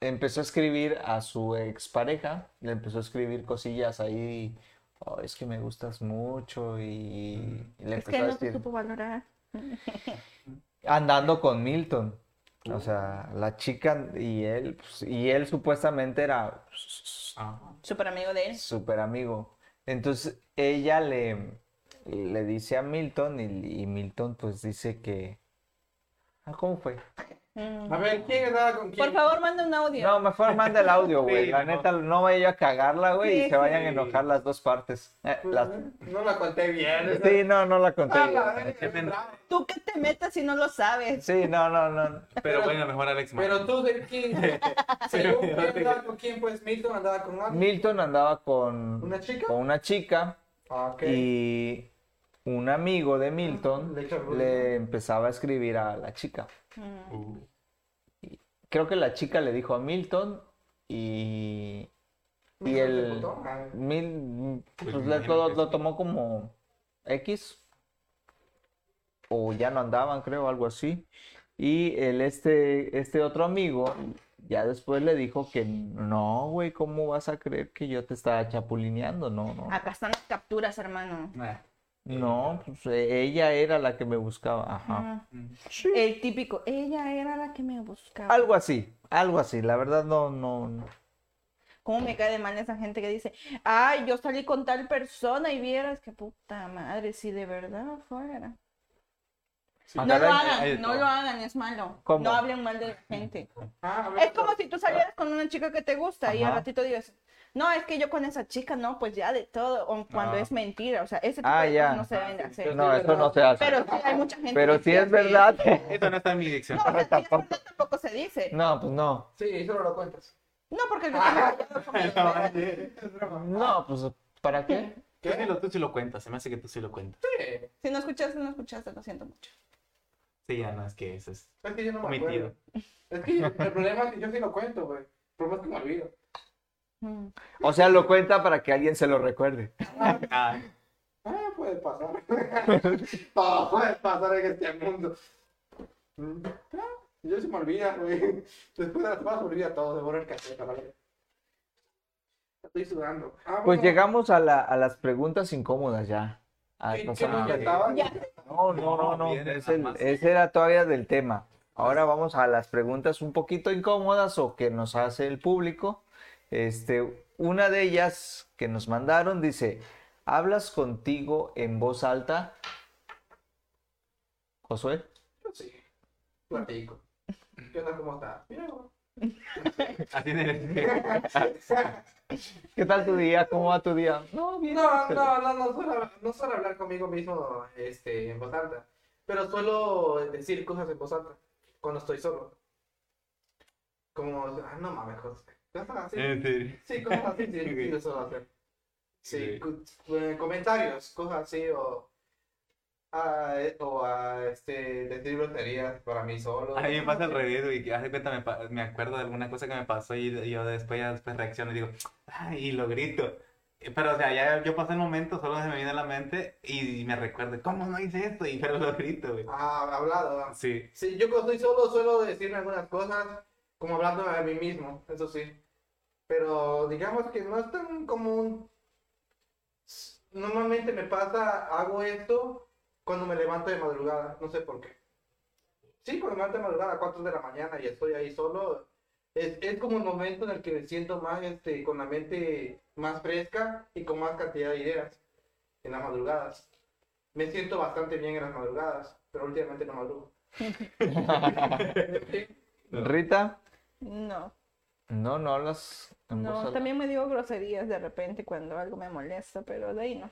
Speaker 3: empezó a escribir a su expareja, le empezó a escribir cosillas ahí, "Oh, es que me gustas mucho y, y le
Speaker 4: es
Speaker 3: empezó
Speaker 4: que
Speaker 3: a
Speaker 4: no
Speaker 3: decir,
Speaker 4: supo valorar.
Speaker 3: andando con Milton.
Speaker 4: Uh.
Speaker 3: O sea, la chica y él, pues, y él supuestamente era pues,
Speaker 1: Ah,
Speaker 4: Súper amigo de él.
Speaker 3: súper amigo. Entonces ella le, le dice a Milton y, y Milton pues dice que... Ah, ¿Cómo fue?
Speaker 4: Mm.
Speaker 2: a ver, ¿quién estaba con quién?
Speaker 4: Por favor, manda un audio.
Speaker 3: No, mejor manda el audio, güey.
Speaker 1: Sí,
Speaker 3: La
Speaker 1: mejor.
Speaker 3: neta, no vaya a cagarla, güey, y
Speaker 4: Sí,
Speaker 3: se vayan a
Speaker 1: sí.
Speaker 3: enojar las dos partes. Eh, las-
Speaker 2: Pues, No la conté bien.
Speaker 3: Sí, no, no la conté.
Speaker 2: Ah, la verga,
Speaker 1: Qué pena.
Speaker 4: Tú que te metas si no lo sabes.
Speaker 3: Sí, no, no, no.
Speaker 1: Pero bueno, mejor Alex Mar-
Speaker 2: Pero tú, de
Speaker 1: *laughs*
Speaker 2: quién. Según quién andaba con quién, pues Milton andaba con alguien.
Speaker 3: Milton andaba con
Speaker 2: ¿Una chica?
Speaker 3: con una chica
Speaker 2: Ah, ok. Ah,
Speaker 3: y un amigo de Milton
Speaker 2: Le echa ruido.
Speaker 3: le empezaba a escribir a la chica.
Speaker 4: Mm.
Speaker 1: Uh,
Speaker 3: creo que la chica le dijo a Milton y, y
Speaker 2: Milton se Ah,
Speaker 3: el
Speaker 2: putó, madre.
Speaker 3: Mil, pues
Speaker 1: Pues me
Speaker 3: le-
Speaker 1: imagino
Speaker 3: lo,
Speaker 1: que
Speaker 3: lo
Speaker 1: sí.
Speaker 3: tomó como X o ya no andaban, creo, algo así. Y el este, este otro amigo ya después le dijo que no, güey,
Speaker 4: Ah.
Speaker 3: ¿cómo vas a creer que yo te estaba chapulineando? No, no. eh.
Speaker 4: Acá están las capturas, hermano.
Speaker 1: nah.
Speaker 3: No, pues eh, ella era la que me buscaba. Ajá.
Speaker 4: Ajá. Mm. El típico, ella era la que me buscaba.
Speaker 3: Algo así, algo así. La verdad no, no, no.
Speaker 4: ¿Cómo me cae de mal esa gente que dice, ay, yo salí con tal persona y vieras que puta madre, si de verdad fuera? No
Speaker 3: Caray,
Speaker 4: lo
Speaker 1: hay de
Speaker 4: hagan, no
Speaker 1: todo.
Speaker 4: lo hagan, es malo.
Speaker 3: ¿Cómo?
Speaker 4: No hablen mal de la
Speaker 3: *laughs*
Speaker 4: gente.
Speaker 2: Ah, a ver,
Speaker 4: Es como si tú salieras con una chica que te gusta y al
Speaker 3: Ajá.
Speaker 4: ratito digas, no, es que yo con esa chica, no, pues ya de todo, o cuando
Speaker 1: Ah.
Speaker 4: es mentira, o sea, ese tipo
Speaker 3: Ah,
Speaker 4: de
Speaker 3: ya.
Speaker 4: cosas no se deben hacer.
Speaker 3: No, eso no se hace.
Speaker 4: Pero sí hay mucha gente
Speaker 3: Pero
Speaker 4: que
Speaker 3: si
Speaker 4: sí
Speaker 3: es
Speaker 4: hace-
Speaker 3: verdad.
Speaker 1: Esto no está en mi dicción.
Speaker 3: *laughs*
Speaker 4: No, o sea, si es
Speaker 3: Tampoco.
Speaker 4: verdad, tampoco se dice. No,
Speaker 3: No, Ah, pues no.
Speaker 2: Sí, eso no lo cuentas.
Speaker 4: porque el que tiene
Speaker 3: *laughs*
Speaker 4: guardado es conmigo, ¿verdad?
Speaker 3: No, pues ¿para qué?
Speaker 1: Tú sí, lo, tú sí lo cuentas, se me hace que tú sí lo cuentas.
Speaker 2: Sí,
Speaker 4: Si no escuchaste, no escuchaste, lo siento mucho.
Speaker 1: Sí, ya no, es que eso es.
Speaker 2: es que yo no me
Speaker 1: Omitido.
Speaker 2: acuerdo. Es que yo- el problema es que yo sí lo cuento, güey. El problema es que me olvido.
Speaker 4: Mm.
Speaker 3: O sea, lo cuenta para que alguien se lo recuerde.
Speaker 1: Ah,
Speaker 2: Ah, puede pasar. *laughs* Todo puede pasar en este mundo. Mm, ah, Yo se me olvida, güey. Después de las cosas se olvida todo, devoro el café, cabrón. Estoy sudando. Ah,
Speaker 3: Pues
Speaker 2: bueno,
Speaker 3: llegamos a, la, a las preguntas incómodas ya. Ah,
Speaker 2: ¿qué-
Speaker 3: no,
Speaker 2: qué
Speaker 3: son-
Speaker 2: nos faltaba?
Speaker 4: Ya.
Speaker 3: no, no, no, no,
Speaker 1: Viene
Speaker 3: es
Speaker 1: la
Speaker 3: el-
Speaker 1: más-
Speaker 3: ese era todavía del tema. Ahora vamos a las preguntas un poquito incómodas o que nos hace el público. Este, una de ellas que nos mandaron dice, ¿hablas contigo en voz alta? Josué.
Speaker 2: Yo sí. Platico. ¿Qué onda? ¿Cómo estás? Mira, güey.
Speaker 1: así *laughs* de.
Speaker 3: ¿Qué tal tu día? ¿Cómo va tu día? No, bien.
Speaker 2: No, no, no, no suelo, no suelo hablar conmigo mismo este, en voz alta, pero suelo decir cosas en voz alta cuando estoy solo. Como, ah, no mames, cosas cosas así.
Speaker 1: En serio.
Speaker 2: Sí, cosas así,
Speaker 1: *laughs*
Speaker 2: sí, sí, lo suelo hacer. Sí, cu- eh, comentarios, cosas así, o, ah, eh, o ah, este, decir groserías para mí solo.
Speaker 1: A mí me pasa al revés, güey. que Haz de cuenta, me, pa- me acuerdo de alguna cosa que me pasó y yo después, ya después reacciono y digo, ay, y lo grito. Eh, Pero, o sea, ya yo pasé el momento, solo se me viene a la mente y me recuerdo, ¿cómo no hice esto? Y *laughs* pero lo grito, güey.
Speaker 2: Ah, hablado, ah.
Speaker 1: Sí.
Speaker 2: Sí, yo cuando estoy solo suelo decirme algunas cosas, como hablando a mí mismo, eso sí. Pero digamos que no es tan común. S- Normalmente me pasa, hago esto cuando me levanto de madrugada, no sé por qué. Sí, cuando me levanto de madrugada a 4 de la mañana y estoy ahí solo, es, es como el momento en el que me siento más, este, con la mente más fresca y con más cantidad de ideas en las madrugadas. Me siento bastante bien en las madrugadas, pero últimamente no madrugo.
Speaker 3: *laughs* Rita,
Speaker 4: No.
Speaker 3: no, no hablas en voz
Speaker 4: No,
Speaker 3: alta.
Speaker 4: también me digo groserías de repente cuando algo me molesta, pero de ahí no.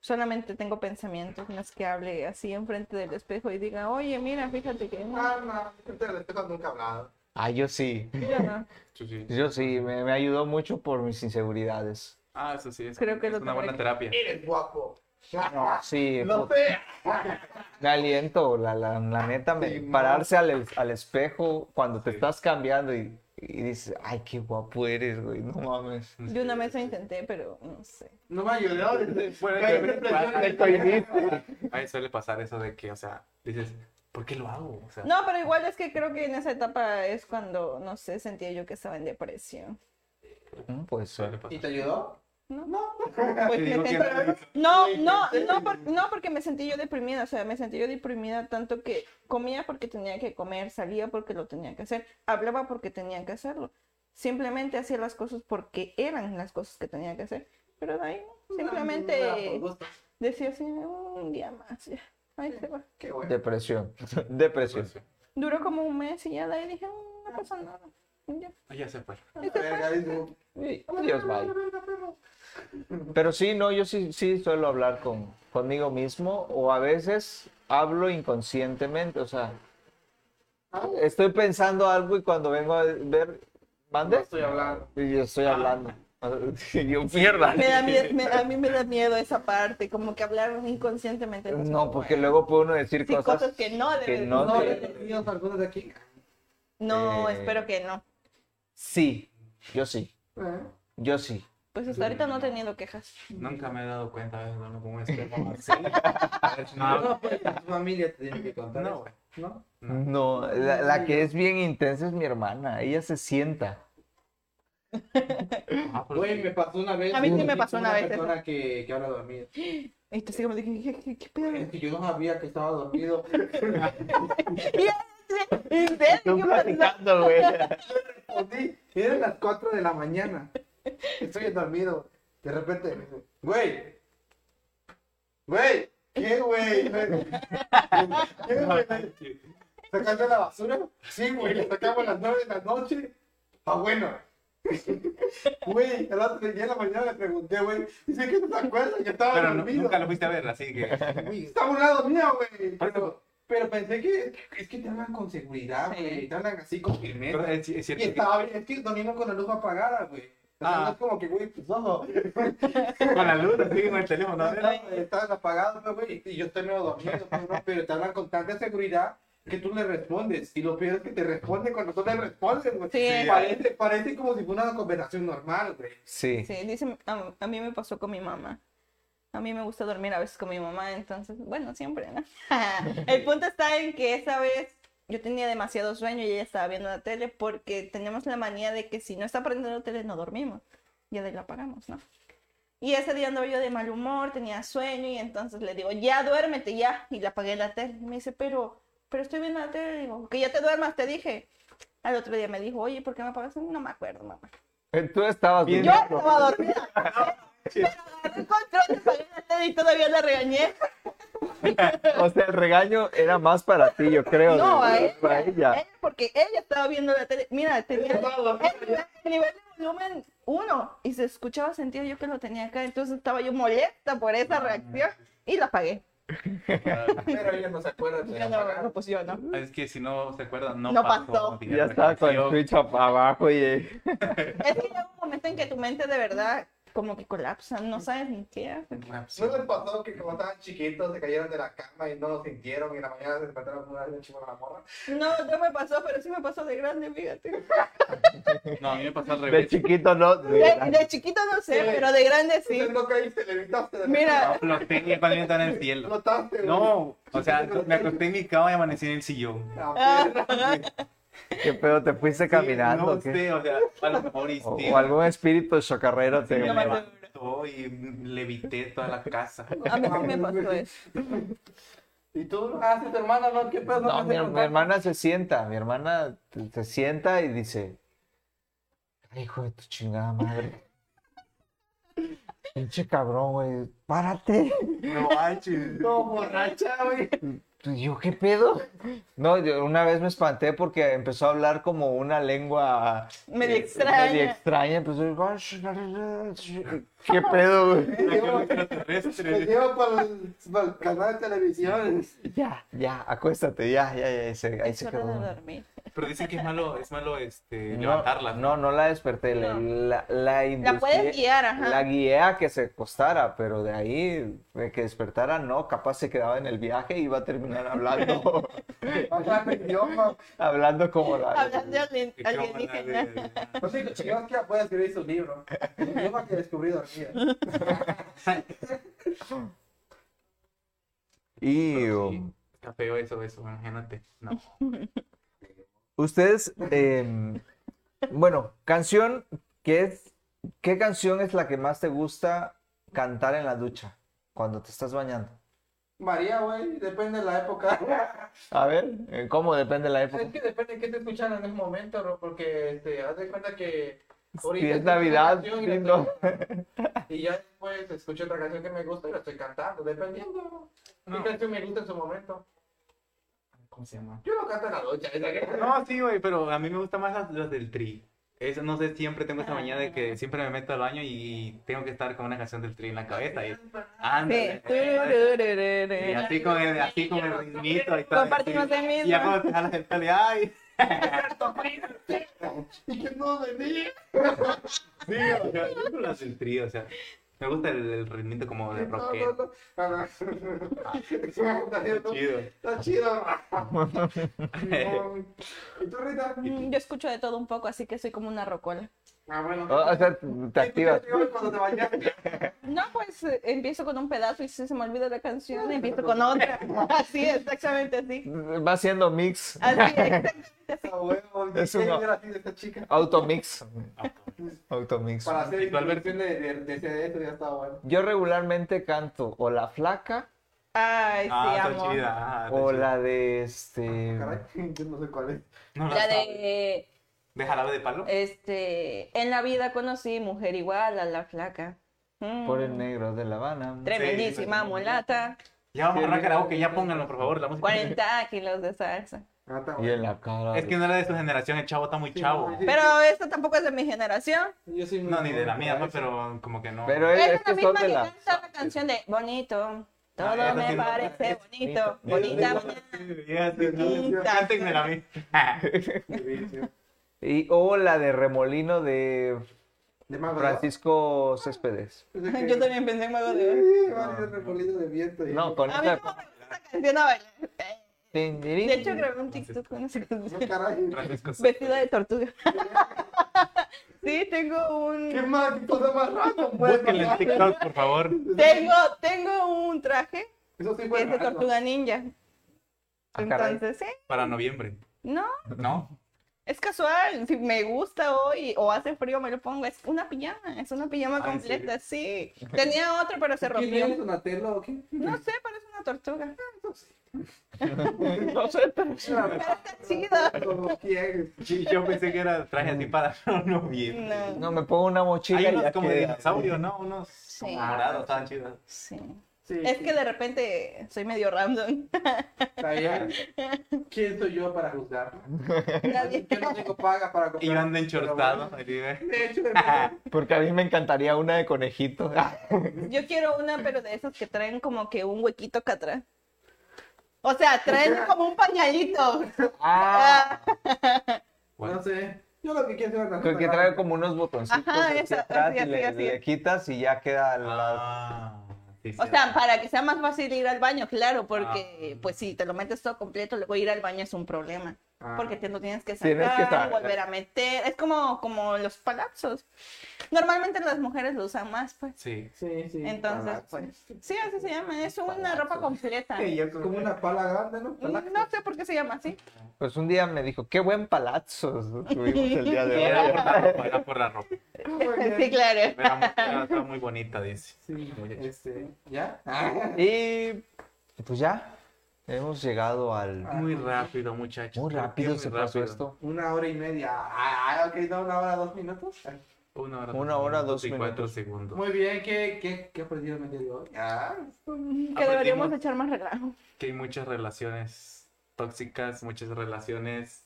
Speaker 4: Solamente tengo pensamientos, no es que hable así enfrente del espejo y diga, oye, mira, fíjate que no,
Speaker 2: Ah, no, gente del espejo nunca he hablado.
Speaker 3: Ah, yo sí.
Speaker 4: yo no".
Speaker 3: Yo sí, me, me ayudó mucho por mis inseguridades.
Speaker 1: Ah, eso sí. Es,
Speaker 4: Creo que
Speaker 1: es
Speaker 4: lo
Speaker 1: una buena terapia.
Speaker 2: Eres guapo.
Speaker 3: Sí,
Speaker 2: No
Speaker 3: pu-
Speaker 2: sé.
Speaker 3: me aliento, la, la, la neta, me-
Speaker 2: Sí, no.
Speaker 3: pararse al, es- al espejo cuando te
Speaker 1: Sí.
Speaker 3: estás cambiando y, y dices, ay, qué guapo eres, güey, no mames.
Speaker 4: Yo una vez lo intenté, pero no sé.
Speaker 2: No me ayudó.
Speaker 1: Bueno,
Speaker 2: Pero
Speaker 1: pero-
Speaker 2: siempre suena-
Speaker 1: a- a- A mí suele pasar eso de que, o sea, dices, ¿por qué lo hago? O sea,
Speaker 4: No, pero igual es que creo que en esa etapa es cuando, no sé, sentía yo que estaba en depresión.
Speaker 3: Mm, Pues sí.
Speaker 1: suele pasar.
Speaker 2: ¿Y te ayudó?
Speaker 4: Pues
Speaker 1: *laughs* Te
Speaker 4: me
Speaker 1: digo que
Speaker 4: sentí-
Speaker 1: no.
Speaker 4: No, no, no, por- no porque me sentí yo deprimida, o sea, me sentí yo deprimida tanto que comía porque tenía que comer, salía porque lo tenía que hacer, hablaba porque tenía que hacerlo. Simplemente hacía las cosas porque eran las cosas que tenía que hacer, pero de ahí no,
Speaker 2: Ah,
Speaker 4: simplemente decía así, un día más, ya, ahí se va.
Speaker 2: Qué bueno.
Speaker 3: Depresión, *laughs*
Speaker 2: Pues
Speaker 3: depresión.
Speaker 4: Duró como un mes y ya de ahí dije, "Mm, no pasa nada. y ya.
Speaker 1: Ah, Ya se fue.
Speaker 2: Verga, digo,
Speaker 3: Y adiós, bye. Pero sí, no, yo sí, sí suelo hablar con, conmigo mismo o a veces hablo inconscientemente, o sea, estoy pensando algo y cuando vengo a ver, ¿mande?
Speaker 2: No estoy hablando.
Speaker 3: Y yo estoy hablando. *laughs* Y yo, mierda.
Speaker 4: Me da mie- me- a mí me da miedo esa parte, como que hablar inconscientemente. pues,
Speaker 3: No, porque luego puede uno decir
Speaker 4: Sí, cosas,
Speaker 3: cosas.
Speaker 4: que no debe
Speaker 3: no
Speaker 2: No,
Speaker 4: no,
Speaker 3: debe-
Speaker 2: ¿le tenías algunos de aquí?
Speaker 4: no,
Speaker 3: Eh,
Speaker 4: espero que no.
Speaker 3: Sí, yo sí,
Speaker 2: Eh.
Speaker 3: yo sí.
Speaker 4: Pues hasta ahorita no he tenido quejas.
Speaker 1: Nunca me he dado cuenta, a veces hablo como un extremo Marcelo. A ver, *laughs* No,
Speaker 2: No, pues tu familia te tiene que contar.
Speaker 1: Ah. no,
Speaker 2: eso,
Speaker 1: güey.
Speaker 2: ¿no?
Speaker 3: No, la, la que es bien intensa es mi hermana, ella se sienta.
Speaker 1: Ah, pero-
Speaker 2: Güey, me pasó una vez.
Speaker 4: A mí sí me pasó una vez
Speaker 2: persona que, que habla dormido.
Speaker 4: Y así como dije, ¿qué, qué, qué pedo? *laughs*
Speaker 2: Es que yo no sabía que estaba dormido.
Speaker 4: Y él *laughs* dice, ¿y ustedes
Speaker 3: Tú
Speaker 4: qué pasó?
Speaker 3: platicando, güey.
Speaker 2: Respondí, Pues eran las 4 de la mañana. Estoy dormido. De repente me dice, güey. Güey. ¿Qué, güey? *laughs* ¿Qué, güey? ¿Sacando la basura? Sí, güey, la sacamos a las 9 de la noche. Ah, bueno. *laughs* Güey, al otro día en la mañana le pregunté, güey. Dice que no te acuerdas que estaba
Speaker 1: Pero no-
Speaker 2: dormido.
Speaker 1: nunca lo fuiste a ver, así que.
Speaker 2: Güey, estaba a un lado mío, güey.
Speaker 1: Por eso-
Speaker 2: Pero, pero pensé que es que te hablan con seguridad, güey. Te hablan así con firmeza.
Speaker 1: Pero es, es
Speaker 2: Y
Speaker 1: cierto que
Speaker 2: estaba bien, es que dormimos con la luz apagada, güey. O sea,
Speaker 1: Ah.
Speaker 2: no es como que, güey, pues no,
Speaker 1: con la luz, así con el teléfono. a ver,
Speaker 2: no, estaban apagados, ¿no, güey, y yo estoy medio dormido, pues, no, pero te hablan con tanta seguridad que tú le respondes. Y lo peor es que te responde cuando tú le respondes, güey.
Speaker 4: Sí.
Speaker 2: Parece, parece como si fuera una conversación normal, güey.
Speaker 3: Sí.
Speaker 4: Sí, dice, a, a mí me pasó con mi mamá. A mí me gusta dormir a veces con mi mamá, entonces, bueno, siempre, ¿no? *laughs* El punto está en que esa vez yo tenía demasiado sueño y ella estaba viendo la tele porque tenemos la manía de que si no está prendiendo la tele no dormimos. Y ahí la apagamos, ¿no? Y ese día andaba yo de mal humor, tenía sueño y entonces le digo, ya duérmete, ya. Y le apagué la tele. Y me dice, pero, pero estoy viendo la tele. Y digo, que ya te duermas, te dije. Al otro día me dijo, oye, ¿por qué me apagaste? No me acuerdo, mamá.
Speaker 3: Tú estabas
Speaker 1: Bien.
Speaker 4: Yo
Speaker 3: bien.
Speaker 4: estaba dormida. Pero agarré el control, apagué la tele y todavía la regañé.
Speaker 3: O sea, el regaño era más para ti, yo creo.
Speaker 4: No,
Speaker 3: de-
Speaker 4: a ella,
Speaker 3: Para ella.
Speaker 4: ella, Porque ella estaba viendo la tele. Mira, tenía el nivel, el nivel de volumen 1 y se escuchaba, sentía yo que lo tenía acá. Entonces estaba yo molesta por esa reacción y la apagué.
Speaker 2: Pero ella no se acuerda de
Speaker 4: Yo no, no,
Speaker 2: apagar.
Speaker 4: pues yo no.
Speaker 1: Es que si no se acuerdan, no,
Speaker 4: No
Speaker 1: pasó.
Speaker 4: pasó.
Speaker 1: fíjate.
Speaker 3: Ya estaba con el
Speaker 1: Yo-
Speaker 3: switch up abajo y eh,
Speaker 4: Es que llega un momento en que tu mente de verdad como que colapsa, no sabes ni qué haces.
Speaker 2: ¿No les pasó que como estaban chiquitos se cayeron de la cama y no lo sintieron y en la mañana se despertaron con una vez chivo a la morra?
Speaker 4: No, no me pasó, pero sí me pasó de grande, fíjate.
Speaker 1: No, a mí me pasó al
Speaker 3: de
Speaker 1: revés.
Speaker 3: chiquito no. *laughs* de-
Speaker 4: De, de chiquito no sé, pero de grande sí.
Speaker 2: Entonces no caíste, levitaste. de la
Speaker 4: Mira,
Speaker 1: No, floté y cuando yo estaba en el cielo.
Speaker 2: Flotaste, güey.
Speaker 1: No, o sea, me acosté en mi cama y amanecí en el sillón.
Speaker 4: Ah.
Speaker 2: La pierna.
Speaker 3: ¿Qué pedo? ¿Te fuiste
Speaker 1: Sí,
Speaker 3: caminando?
Speaker 1: No
Speaker 3: o qué?
Speaker 1: sé, o sea, a lo mejor y
Speaker 3: O,
Speaker 1: sí,
Speaker 3: o algún espíritu chocarrero te.
Speaker 1: me
Speaker 4: No, más
Speaker 1: levantó y levité toda la casa.
Speaker 4: A mí sí me pasó eso.
Speaker 2: ¿Y tú? Ah, sí, tu hermana, ¿no? ¿Qué pedo?
Speaker 3: No,
Speaker 2: ¿No te
Speaker 3: mi,
Speaker 2: hace
Speaker 3: her- mi
Speaker 2: contar?
Speaker 3: hermana se sienta, mi hermana te- se sienta y dice, "Ay, hijo de tu chingada madre. Pinche cabrón, güey, párate.
Speaker 1: No manches.
Speaker 2: No, borracha,
Speaker 3: *laughs*
Speaker 2: güey.
Speaker 3: Y yo, ¿qué pedo? No, yo una vez me espanté porque empezó a hablar como una lengua
Speaker 4: Medio
Speaker 3: eh,
Speaker 4: extraña.
Speaker 3: Medio extraña, pues, empezó ¿Qué pedo, güey?
Speaker 2: Me lleva- me
Speaker 1: Extraterrestre.
Speaker 2: lleva para el, para el canal de televisión.
Speaker 3: Ya, ya, acuéstate, ya, ya, ya, ahí se, ahí
Speaker 4: Es
Speaker 3: se
Speaker 4: hora
Speaker 3: quedó.
Speaker 4: de dormir.
Speaker 1: Pero dicen que es malo, es malo este,
Speaker 3: No,
Speaker 1: levantarla.
Speaker 3: No, no la desperté, la,
Speaker 4: No.
Speaker 3: la, la
Speaker 4: La puedes
Speaker 3: industrié-
Speaker 4: guiar, ajá.
Speaker 3: La guié a que se acostara, pero de ahí, de que despertara, no, capaz se quedaba en el viaje y iba a terminar hablando, *laughs*
Speaker 2: Hablando idioma.
Speaker 3: hablando como la...
Speaker 4: Hablando de alien-
Speaker 1: Qué cámara
Speaker 4: alienígena.
Speaker 1: de-
Speaker 2: No sé, chingados que ya puede escribir su libro. El idioma que descubrí dormida.
Speaker 3: Y um,
Speaker 1: Sí, Está feo eso, eso, imagínate. No.
Speaker 3: ustedes, eh, bueno, canción, ¿qué, es, ¿qué canción es la que más te gusta cantar en la ducha cuando te estás bañando?
Speaker 2: María, güey, depende de la época.
Speaker 3: A ver, eh, ¿cómo depende la
Speaker 2: *laughs*
Speaker 3: época?
Speaker 2: Es que depende de qué te escuchan en ese momento, bro, porque este, haz de cuenta que.
Speaker 3: Si es
Speaker 2: escucho una
Speaker 3: Navidad,
Speaker 2: canción y la
Speaker 3: sí, no. *laughs*
Speaker 2: estoy- Y ya después escucho otra canción que me gusta y la estoy cantando, dependiendo. bro.
Speaker 1: No.
Speaker 2: ¿Qué canción me gusta en su momento?
Speaker 1: ¿Cómo se llama?
Speaker 2: Yo lo canto en la ducha. esa que-
Speaker 1: No, sí, güey, pero a mí me gustan más las, las del tri. Es, no sé, siempre tengo
Speaker 4: Ah,
Speaker 1: esta mañana de que siempre me meto al baño y tengo que estar con una canción del tri en la cabeza. Y, ándale. Y
Speaker 4: Sí.
Speaker 1: así con el, así con el ritmito y todo.
Speaker 4: Compartimos el
Speaker 1: Y ya
Speaker 4: mismo.
Speaker 1: cuando te jalas el pelo, y, ay.
Speaker 2: Y que no venía.
Speaker 1: Sí, o sea, yo creo las del tri, o sea. Me gusta el, el ritmito como de
Speaker 2: No,
Speaker 1: rockero.
Speaker 2: no, no.
Speaker 1: Chido.
Speaker 2: Está chido. ¿Y tú, Rita?
Speaker 4: Mm, Yo escucho de todo un poco, así que soy como una rocola.
Speaker 2: Ah, bueno.
Speaker 3: O, o sea, Oh, te activas.
Speaker 2: Cuando te bañas.
Speaker 4: No, pues eh, empiezo con un pedazo y si se me olvida la canción, empiezo con otra. *laughs* Así, exactamente *laughs* así.
Speaker 3: Va haciendo mix,
Speaker 4: Ah, Así, exactamente así.
Speaker 2: Ah, huevo,
Speaker 3: Es
Speaker 2: ¿qué
Speaker 3: una-
Speaker 2: era así de esta chica?
Speaker 3: automix.
Speaker 1: Ah,
Speaker 3: Automix.
Speaker 2: Para hacer
Speaker 1: ¿Y tú, Alberto?
Speaker 2: versión de, de, de CD, eso ya está bueno.
Speaker 3: Yo regularmente canto o la flaca
Speaker 4: Ay, sí,
Speaker 1: Ah, está
Speaker 4: amo.
Speaker 1: chida. ah, está
Speaker 3: o
Speaker 1: chida.
Speaker 3: la de este.
Speaker 2: Caray, *laughs* yo no sé cuál es.
Speaker 1: No,
Speaker 4: La
Speaker 1: sabe.
Speaker 4: de, Eh,
Speaker 1: ¿De jarabe de palo?
Speaker 4: este, en la vida conocí mujer igual a la flaca. Mm.
Speaker 3: Por el negro de La Habana.
Speaker 4: Tremendísima
Speaker 1: Sí, sí.
Speaker 4: mulata.
Speaker 1: Ya vamos a arrancar karaoke, ya pónganlo, por favor, la música.
Speaker 4: 40 kilos de salsa.
Speaker 2: Ah, está
Speaker 3: Y
Speaker 2: bueno.
Speaker 3: en la cara.
Speaker 1: Es que no era de su generación, el chavo está muy chavo.
Speaker 2: no, sí.
Speaker 4: Pero esta tampoco es de mi generación.
Speaker 2: Yo soy muy
Speaker 1: No, ni de la
Speaker 2: bueno
Speaker 1: mía,
Speaker 2: *laughs* para
Speaker 1: pues,
Speaker 2: eso.
Speaker 1: pero como Eh, que no.
Speaker 3: Pero
Speaker 4: Es,
Speaker 3: es, es
Speaker 4: la
Speaker 3: que son
Speaker 4: misma
Speaker 3: de
Speaker 4: que
Speaker 3: la.
Speaker 4: canta la canción de Bonito. Todo
Speaker 1: Ah, esa
Speaker 4: me
Speaker 1: sí no-
Speaker 4: parece
Speaker 1: es
Speaker 4: bonito.
Speaker 3: bonito.
Speaker 4: Bonita mañana.
Speaker 1: Ya, sí, no.
Speaker 4: Bonita.
Speaker 1: Cántenmela a mí.
Speaker 3: Y, o la de Remolino de
Speaker 2: De más *laughs*
Speaker 3: Francisco Céspedes.
Speaker 4: Yo también pensé en Mago de Oz.
Speaker 2: de viento. y-
Speaker 3: No, con
Speaker 4: A mí
Speaker 3: esa.
Speaker 4: no me gusta esta canción a bailar.
Speaker 3: Tin,
Speaker 4: De hecho,
Speaker 3: dirin.
Speaker 4: grabé un TikTok con esa
Speaker 2: No,
Speaker 4: canción.
Speaker 1: *laughs*
Speaker 2: caray.
Speaker 1: Francisco.
Speaker 4: Vestida de tortuga. Sí, tengo un...
Speaker 2: ¿Qué más? ¿Qué cosa más raro? pues,
Speaker 1: Búsquenle en
Speaker 2: mamá?
Speaker 1: TikTok, por favor.
Speaker 4: Tengo, tengo un traje
Speaker 2: Eso sí
Speaker 4: que
Speaker 2: fue
Speaker 4: es de
Speaker 2: raro.
Speaker 4: tortuga ninja.
Speaker 3: Ah, caray.
Speaker 4: Entonces, sí,
Speaker 1: Para noviembre.
Speaker 4: no,
Speaker 1: ¿No?
Speaker 4: es casual. Si me gusta hoy o hace frío, me lo pongo. Es una pijama, es una pijama
Speaker 1: Ah, ¿en
Speaker 4: completa, sí. Tenía otro, pero se
Speaker 2: ¿Quién es
Speaker 4: rompió.
Speaker 2: Donatello o quién?
Speaker 4: No sé, parece una
Speaker 2: *laughs*
Speaker 4: tortuga.
Speaker 3: No sé, pero-
Speaker 4: *laughs* Pero está chida.
Speaker 2: Como quieres.
Speaker 1: Sí, yo pensé que era traje así para *laughs* noviembre.
Speaker 4: No,
Speaker 3: No, me pongo una mochila
Speaker 1: Hay
Speaker 3: y ya
Speaker 1: unos como de
Speaker 3: quedé.
Speaker 1: dinosaurio, ¿no? Unos como
Speaker 4: Sí.
Speaker 1: morados, estaban chidos.
Speaker 4: sí.
Speaker 2: Sí,
Speaker 4: Es
Speaker 2: sí.
Speaker 4: que de repente soy medio random. *laughs*
Speaker 2: Está bien. ¿Quién soy yo para juzgar?
Speaker 4: Nadie-
Speaker 2: Yo no tengo paga para comprar.
Speaker 1: Y yo ando
Speaker 2: pero
Speaker 1: enchortado.
Speaker 2: bueno.
Speaker 1: ahí vive.
Speaker 2: De hecho, de verdad.
Speaker 3: Porque a mí me encantaría una de conejito.
Speaker 4: *laughs*
Speaker 1: Ah.
Speaker 4: Yo quiero una, pero de esas que traen como que un huequito acá atrás. O sea, traen como un pañalito.
Speaker 3: *laughs* Ah,
Speaker 1: Bueno.
Speaker 2: no sé. Yo lo que quiero es una tarjeta
Speaker 3: que que trae
Speaker 2: grande.
Speaker 3: como unos botoncitos
Speaker 4: Ajá,
Speaker 3: hacia
Speaker 4: esa,
Speaker 3: atrás
Speaker 4: así,
Speaker 3: y
Speaker 4: así,
Speaker 3: le,
Speaker 4: así.
Speaker 3: le quitas y ya queda la...
Speaker 1: Ah, sí,
Speaker 4: O
Speaker 1: sí.
Speaker 4: sea, para que sea más fácil ir al baño, claro, porque
Speaker 1: Ah.
Speaker 4: pues si te lo metes todo completo, luego ir al baño es un problema.
Speaker 2: Ah.
Speaker 4: Porque te lo tienes que sacar,
Speaker 3: Tienes que sacar.
Speaker 4: volver a meter. Es como, como los palazos. Normalmente las mujeres lo usan más, pues.
Speaker 1: Sí.
Speaker 2: Sí, sí.
Speaker 4: Entonces,
Speaker 2: Palazo.
Speaker 4: pues. Sí, así se llama. Es una ropa completa. Mm,
Speaker 2: Sí, es como una pala grande, ¿no? Ah, Palazo.
Speaker 4: No sé por qué se llama así.
Speaker 3: Pues un día me dijo, qué buen palazzo tuvimos el día de
Speaker 1: *laughs* Era por la
Speaker 3: hoy.
Speaker 1: ropa, era por la ropa.
Speaker 2: Muy bien.
Speaker 4: *laughs* Sí, claro.
Speaker 1: Era, muy- era- estaba muy bonita, dice.
Speaker 2: Sí,
Speaker 1: Muy bien.
Speaker 2: este, ¿ya?
Speaker 3: Y pues ya, hemos llegado al...
Speaker 1: Muy rápido, muchachos.
Speaker 3: Muy
Speaker 1: ¿Por qué
Speaker 3: rápido
Speaker 1: muy
Speaker 3: se pasó
Speaker 1: rápido?
Speaker 3: esto.
Speaker 2: Una hora y media. Ah, ok, no, una hora, dos minutos.
Speaker 1: Una hora,
Speaker 3: Una hora, dos
Speaker 1: y cuatro
Speaker 3: minutos.
Speaker 1: segundos.
Speaker 2: Muy bien, ¿qué, qué, qué aprendido me dio hoy? Ah,
Speaker 4: Que deberíamos echar más relajo.
Speaker 1: Que hay muchas relaciones tóxicas, muchas relaciones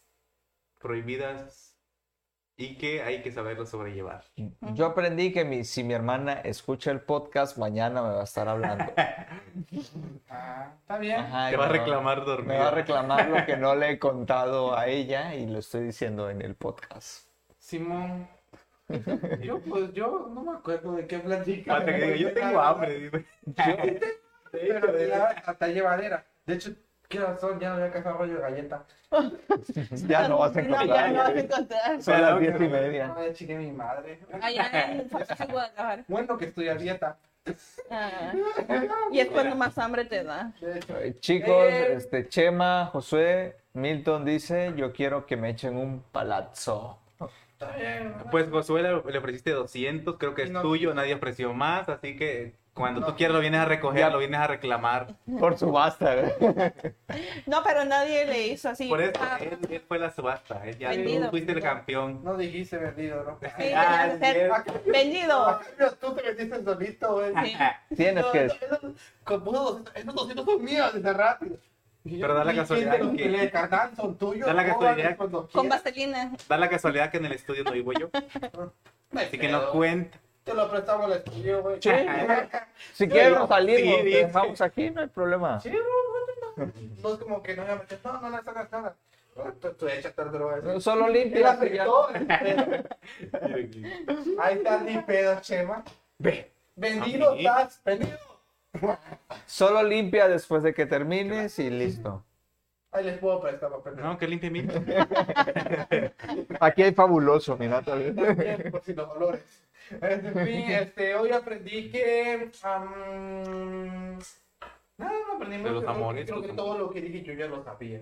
Speaker 1: prohibidas y que hay que saberlo sobrellevar.
Speaker 3: Yo aprendí que mi, si mi hermana escucha el podcast, mañana me va a estar hablando.
Speaker 2: ah, está bien.
Speaker 3: Ajá,
Speaker 1: Te
Speaker 3: y
Speaker 1: va a
Speaker 3: me
Speaker 1: reclamar dormir.
Speaker 3: Me va a reclamar lo que no
Speaker 1: *laughs*
Speaker 3: le he contado a ella y lo estoy diciendo en el podcast.
Speaker 4: *laughs*
Speaker 2: Simón. Yo, pues, yo no me acuerdo de qué platicamos.
Speaker 1: Hasta que diga, yo tengo hambre. dime.
Speaker 2: Pero de la- hasta llevadera. De hecho, qué razón, ya no había cazado rollo de galleta.
Speaker 3: *laughs* Ya no vas a encontrar.
Speaker 4: No, ya no vas a
Speaker 3: *laughs*
Speaker 4: encontrar.
Speaker 3: Son las diez y media.
Speaker 2: Ay, chique Ah, mi madre.
Speaker 4: Allá en Fabricio, Guadalajara.
Speaker 2: Bueno que estoy a dieta.
Speaker 4: Ah. Y es cuando más hambre te da.
Speaker 2: De hecho,
Speaker 3: Eh, Chicos, este Chema, Josué, Milton dice, yo quiero que me echen un palazzo.
Speaker 2: está bien.
Speaker 1: Pues Josué le, le ofreciste 200, creo que es
Speaker 2: No.
Speaker 1: tuyo, nadie ofreció más, así que cuando tú
Speaker 2: No.
Speaker 1: quieras lo vienes a recoger,
Speaker 3: Ya.
Speaker 1: lo vienes a reclamar.
Speaker 3: Por subasta. ¿verdad?
Speaker 4: No, pero nadie le hizo así.
Speaker 1: Por eso,
Speaker 4: Ah,
Speaker 1: él, él fue la subasta, él ya
Speaker 4: Vendido.
Speaker 1: tú fuiste el campeón.
Speaker 2: No dijiste vendido, ¿no?
Speaker 4: sí,
Speaker 1: Ah,
Speaker 4: tenía que ser
Speaker 1: bien.
Speaker 4: vendido.
Speaker 2: A cambio, tú te vendiste solito, güey.
Speaker 4: Sí.
Speaker 3: Tienes
Speaker 2: No,
Speaker 3: que...
Speaker 2: no, esos- Compuso 200, esos 200 son míos desde rápido. Y yo,
Speaker 1: Pero da la
Speaker 2: ¿y
Speaker 1: casualidad
Speaker 2: quién te los
Speaker 1: que-
Speaker 2: pide, carnal? son tuyos.
Speaker 1: Da la
Speaker 2: cóbralos
Speaker 1: casualidad-
Speaker 2: cuando
Speaker 4: Con
Speaker 2: quieras.
Speaker 4: vaselina.
Speaker 1: Da la casualidad que en el estudio no vivo yo,
Speaker 2: No hay
Speaker 1: así que
Speaker 2: pedo.
Speaker 1: no cuenta.
Speaker 2: Te lo prestamos al estudio, güey.
Speaker 3: Sí.
Speaker 2: Sí,
Speaker 3: Si quieres nos
Speaker 1: Sí,
Speaker 3: salimos, te
Speaker 1: dice.
Speaker 3: dejamos aquí, no hay problema.
Speaker 2: güey, no, no, no. No es como que no voy a meter, no, no le sacas nada. No, Tú, tú échate te lo voy a decir.
Speaker 3: Solo
Speaker 2: Él
Speaker 3: limpia. y ya.
Speaker 2: aceptó. Ahí está ni pedo, Chema.
Speaker 1: Ve.
Speaker 2: Vendido
Speaker 1: A mí.
Speaker 2: estás, vendido.
Speaker 3: Solo limpia después de que termines y listo.
Speaker 2: Ahí les puedo prestar papel.
Speaker 1: No, que
Speaker 2: *laughs*
Speaker 1: limpie mil.
Speaker 3: Aquí hay fabuloso, mira también.
Speaker 2: También, por si los olores. En
Speaker 1: *laughs*
Speaker 2: fin, este, hoy aprendí que. am, nada, no aprendí
Speaker 1: De los
Speaker 2: mucho.
Speaker 1: amores,
Speaker 2: Creo que
Speaker 1: los
Speaker 2: todo lo que dije yo ya lo sabía.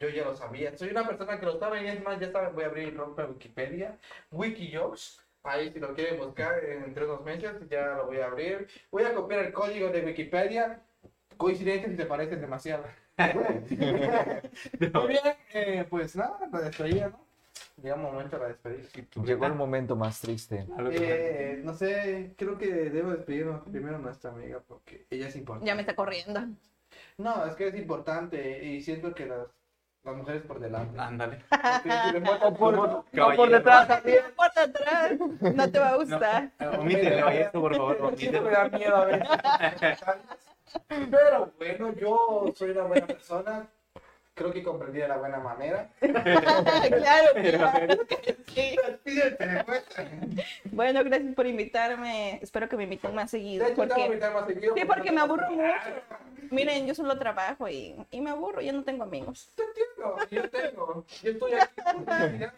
Speaker 2: Yo ya lo sabía. Soy una persona que lo sabe y es más, ya saben, voy a abrir mi propia Wikipedia, Wikijobs. Ahí si lo quieren buscar entre unos meses, ya lo voy a abrir. Voy a copiar el código de Wikipedia. Coincidencias si te
Speaker 1: *laughs*
Speaker 2: parecen demasiado. *laughs* Muy bien, eh, pues nada, la despedida, ¿no? Llega un momento a la despedida.
Speaker 3: Llegó el momento más *laughs* triste.
Speaker 1: Algo que-
Speaker 2: Eh, no sé, creo que debo despedirnos primero a nuestra amiga porque ella es importante.
Speaker 7: Ya me está corriendo.
Speaker 2: No, es que es importante y siento que las, las mujeres por delante.
Speaker 1: Ándale.
Speaker 2: Porque si le falta por-
Speaker 1: Caballero.
Speaker 7: Por atrás, no te va a gustar. *laughs*
Speaker 1: No, omítelo, ahí esto, por
Speaker 2: *laughs*
Speaker 1: favor,
Speaker 2: Sí, me
Speaker 1: omítelo.
Speaker 2: da miedo a veces. Pero bueno, yo soy una buena persona. Creo que comprendí de la buena manera.
Speaker 7: claro, claro que *laughs* sí.
Speaker 2: Despídete, pues.
Speaker 7: Bueno, gracias por invitarme. Espero que me inviten más seguido.
Speaker 2: De hecho, te voy a
Speaker 7: Porque...
Speaker 2: invitar más seguido.
Speaker 7: Sí, porque me aburro
Speaker 2: no
Speaker 7: mucho. Miren, yo solo trabajo y, y me aburro, ya no tengo amigos.
Speaker 2: te entiendo, Yo tengo. Yo estoy aquí por necesidad.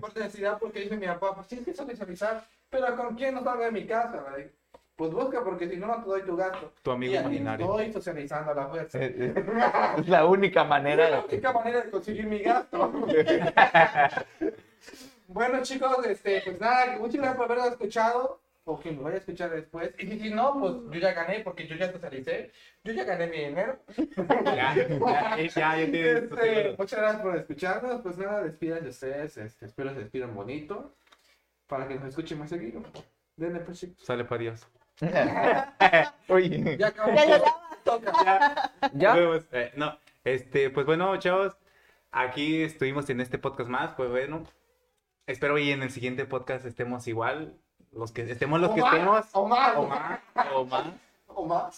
Speaker 2: Por necesidad, porque dice mi papá, pues tienes que socializar. Pero ¿con quién no salgo de mi casa? güey? Pues busca, porque si no, no te doy tu gasto.
Speaker 1: Tu amigo
Speaker 2: Y así
Speaker 1: imaginario. Eh,
Speaker 2: Estoy socializando a la fuerza.
Speaker 3: Eh, Es la única manera.
Speaker 2: la única manera de conseguir
Speaker 1: *laughs*
Speaker 2: mi gasto. *laughs* bueno, chicos, este, pues nada, muchas gracias por haberlo escuchado. O que lo vaya a escuchar después. Y si no, pues yo ya gané, porque yo ya socialicé. Yo ya gané mi dinero.
Speaker 1: Ya, ya, ya, ya tienes tu
Speaker 2: Este,
Speaker 1: seguro.
Speaker 2: muchas gracias por escucharnos. Pues nada, despidan de ustedes. Este, espero se despidan bonito. Para que nos escuchen más seguido. Denle pues, chicos.
Speaker 1: Sale para Dios.
Speaker 3: Oye,
Speaker 2: Ya acabamos.
Speaker 7: Ya lo
Speaker 2: *laughs* Toca.
Speaker 1: Nos
Speaker 3: ya.
Speaker 1: vemos. Eh, no, este, pues bueno, chavos, aquí estuvimos en este podcast más, pues bueno, espero y en el siguiente podcast estemos igual, los que estemos los que
Speaker 2: Omar,
Speaker 1: estemos,
Speaker 2: Omar,
Speaker 1: o más, o más.
Speaker 2: Omar.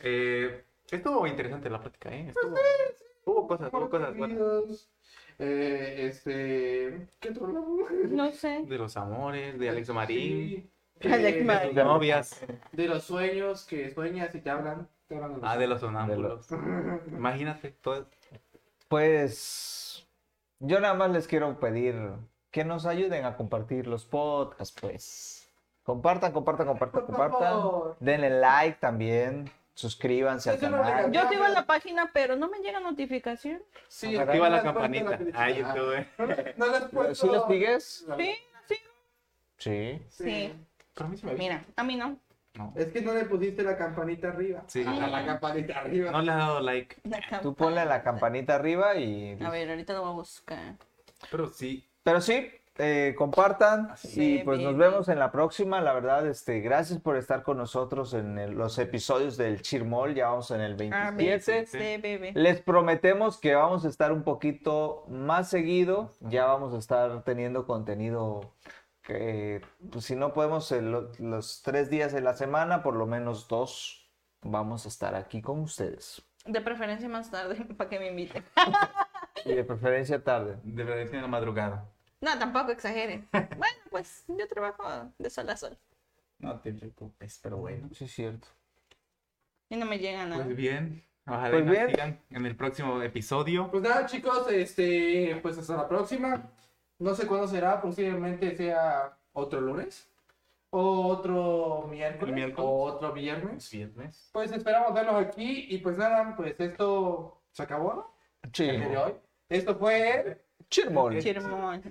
Speaker 1: Eh, estuvo interesante la plática, ¿eh? Estuvo,
Speaker 2: Pues
Speaker 1: hubo cosas, hubo cosas buenas.
Speaker 2: Eh, este. ¿Qué otro hablamos?
Speaker 7: No sé.
Speaker 1: De los amores, de Alex Marín,
Speaker 2: Sí.
Speaker 7: Alex
Speaker 2: Eh,
Speaker 7: Marín.
Speaker 1: de novias,
Speaker 2: De los sueños que sueñas y te hablan. Te hablan
Speaker 1: ah, de los sonámbulos. Imagínate, todo,
Speaker 3: Pues yo nada más les quiero pedir que nos ayuden a compartir los podcasts, pues. Compartan, compartan, compartan,
Speaker 2: Por
Speaker 3: compartan.
Speaker 2: favor.
Speaker 3: Denle like también. Suscríbanse al
Speaker 2: Eso no le
Speaker 3: canal.
Speaker 2: ganó.
Speaker 7: Yo sigo en la página, pero no me llega notificación.
Speaker 2: Sí,
Speaker 1: activa la
Speaker 2: no les puedes
Speaker 1: campanita.
Speaker 2: dar la
Speaker 1: Ah,
Speaker 2: felicidad.
Speaker 1: YouTube.
Speaker 2: No les puedo.
Speaker 3: ¿Sí los sigues?
Speaker 7: Sí, sí,
Speaker 3: Sí.
Speaker 7: sí.
Speaker 1: Pero a mí se me
Speaker 7: Mira, a mí no.
Speaker 1: No,
Speaker 2: Es que no le pusiste la campanita arriba.
Speaker 1: sí,
Speaker 2: A la campanita arriba.
Speaker 1: no le has dado like,
Speaker 3: Tú ponle la campanita arriba y...
Speaker 7: A ver, ahorita lo voy a buscar.
Speaker 1: pero sí,
Speaker 3: Pero sí, eh, compartan
Speaker 7: Así
Speaker 3: y
Speaker 7: es,
Speaker 3: pues nos
Speaker 7: baby.
Speaker 3: vemos en la próxima. La verdad, este, gracias por estar con nosotros en el- los episodios del Chirmol. Ya vamos en el 27.
Speaker 7: Sí, bebé.
Speaker 3: Les prometemos que vamos a estar un poquito más seguido. Ya vamos a estar teniendo contenido que, pues, si no podemos en lo- los tres días de la semana, por lo menos dos, vamos a estar aquí con ustedes.
Speaker 7: De preferencia más tarde, *laughs* para que me inviten.
Speaker 3: Y de preferencia tarde.
Speaker 1: de verdad en la madrugada.
Speaker 7: No, tampoco exageren. Bueno, pues yo trabajo de sol a sol.
Speaker 1: No te preocupes, pero bueno.
Speaker 3: Sí, es cierto.
Speaker 7: Y no me llega nada.
Speaker 1: Pues bien, ojalá
Speaker 3: Pues
Speaker 1: y nos
Speaker 3: bien.
Speaker 1: sigan en el próximo episodio.
Speaker 2: Pues nada, chicos, este, pues hasta la próxima. No sé cuándo será, posiblemente sea otro lunes, o otro miércoles,
Speaker 1: El miércoles.
Speaker 2: o otro viernes.
Speaker 1: Viernes.
Speaker 2: Pues esperamos verlos aquí y pues nada, pues esto se acabó, ¿no?
Speaker 3: Sí.
Speaker 2: El día de hoy. Esto fue
Speaker 3: Chirmol.
Speaker 7: Chirmón.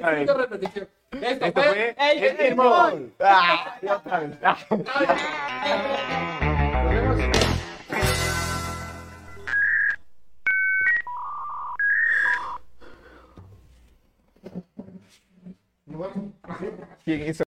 Speaker 2: Necesito repetición. Esto,
Speaker 1: Esto
Speaker 2: fue...
Speaker 1: fue
Speaker 7: El Chirmol.
Speaker 3: Ah, ya sabes. Ah.
Speaker 2: Nos vemos.
Speaker 3: ¿Quién hizo?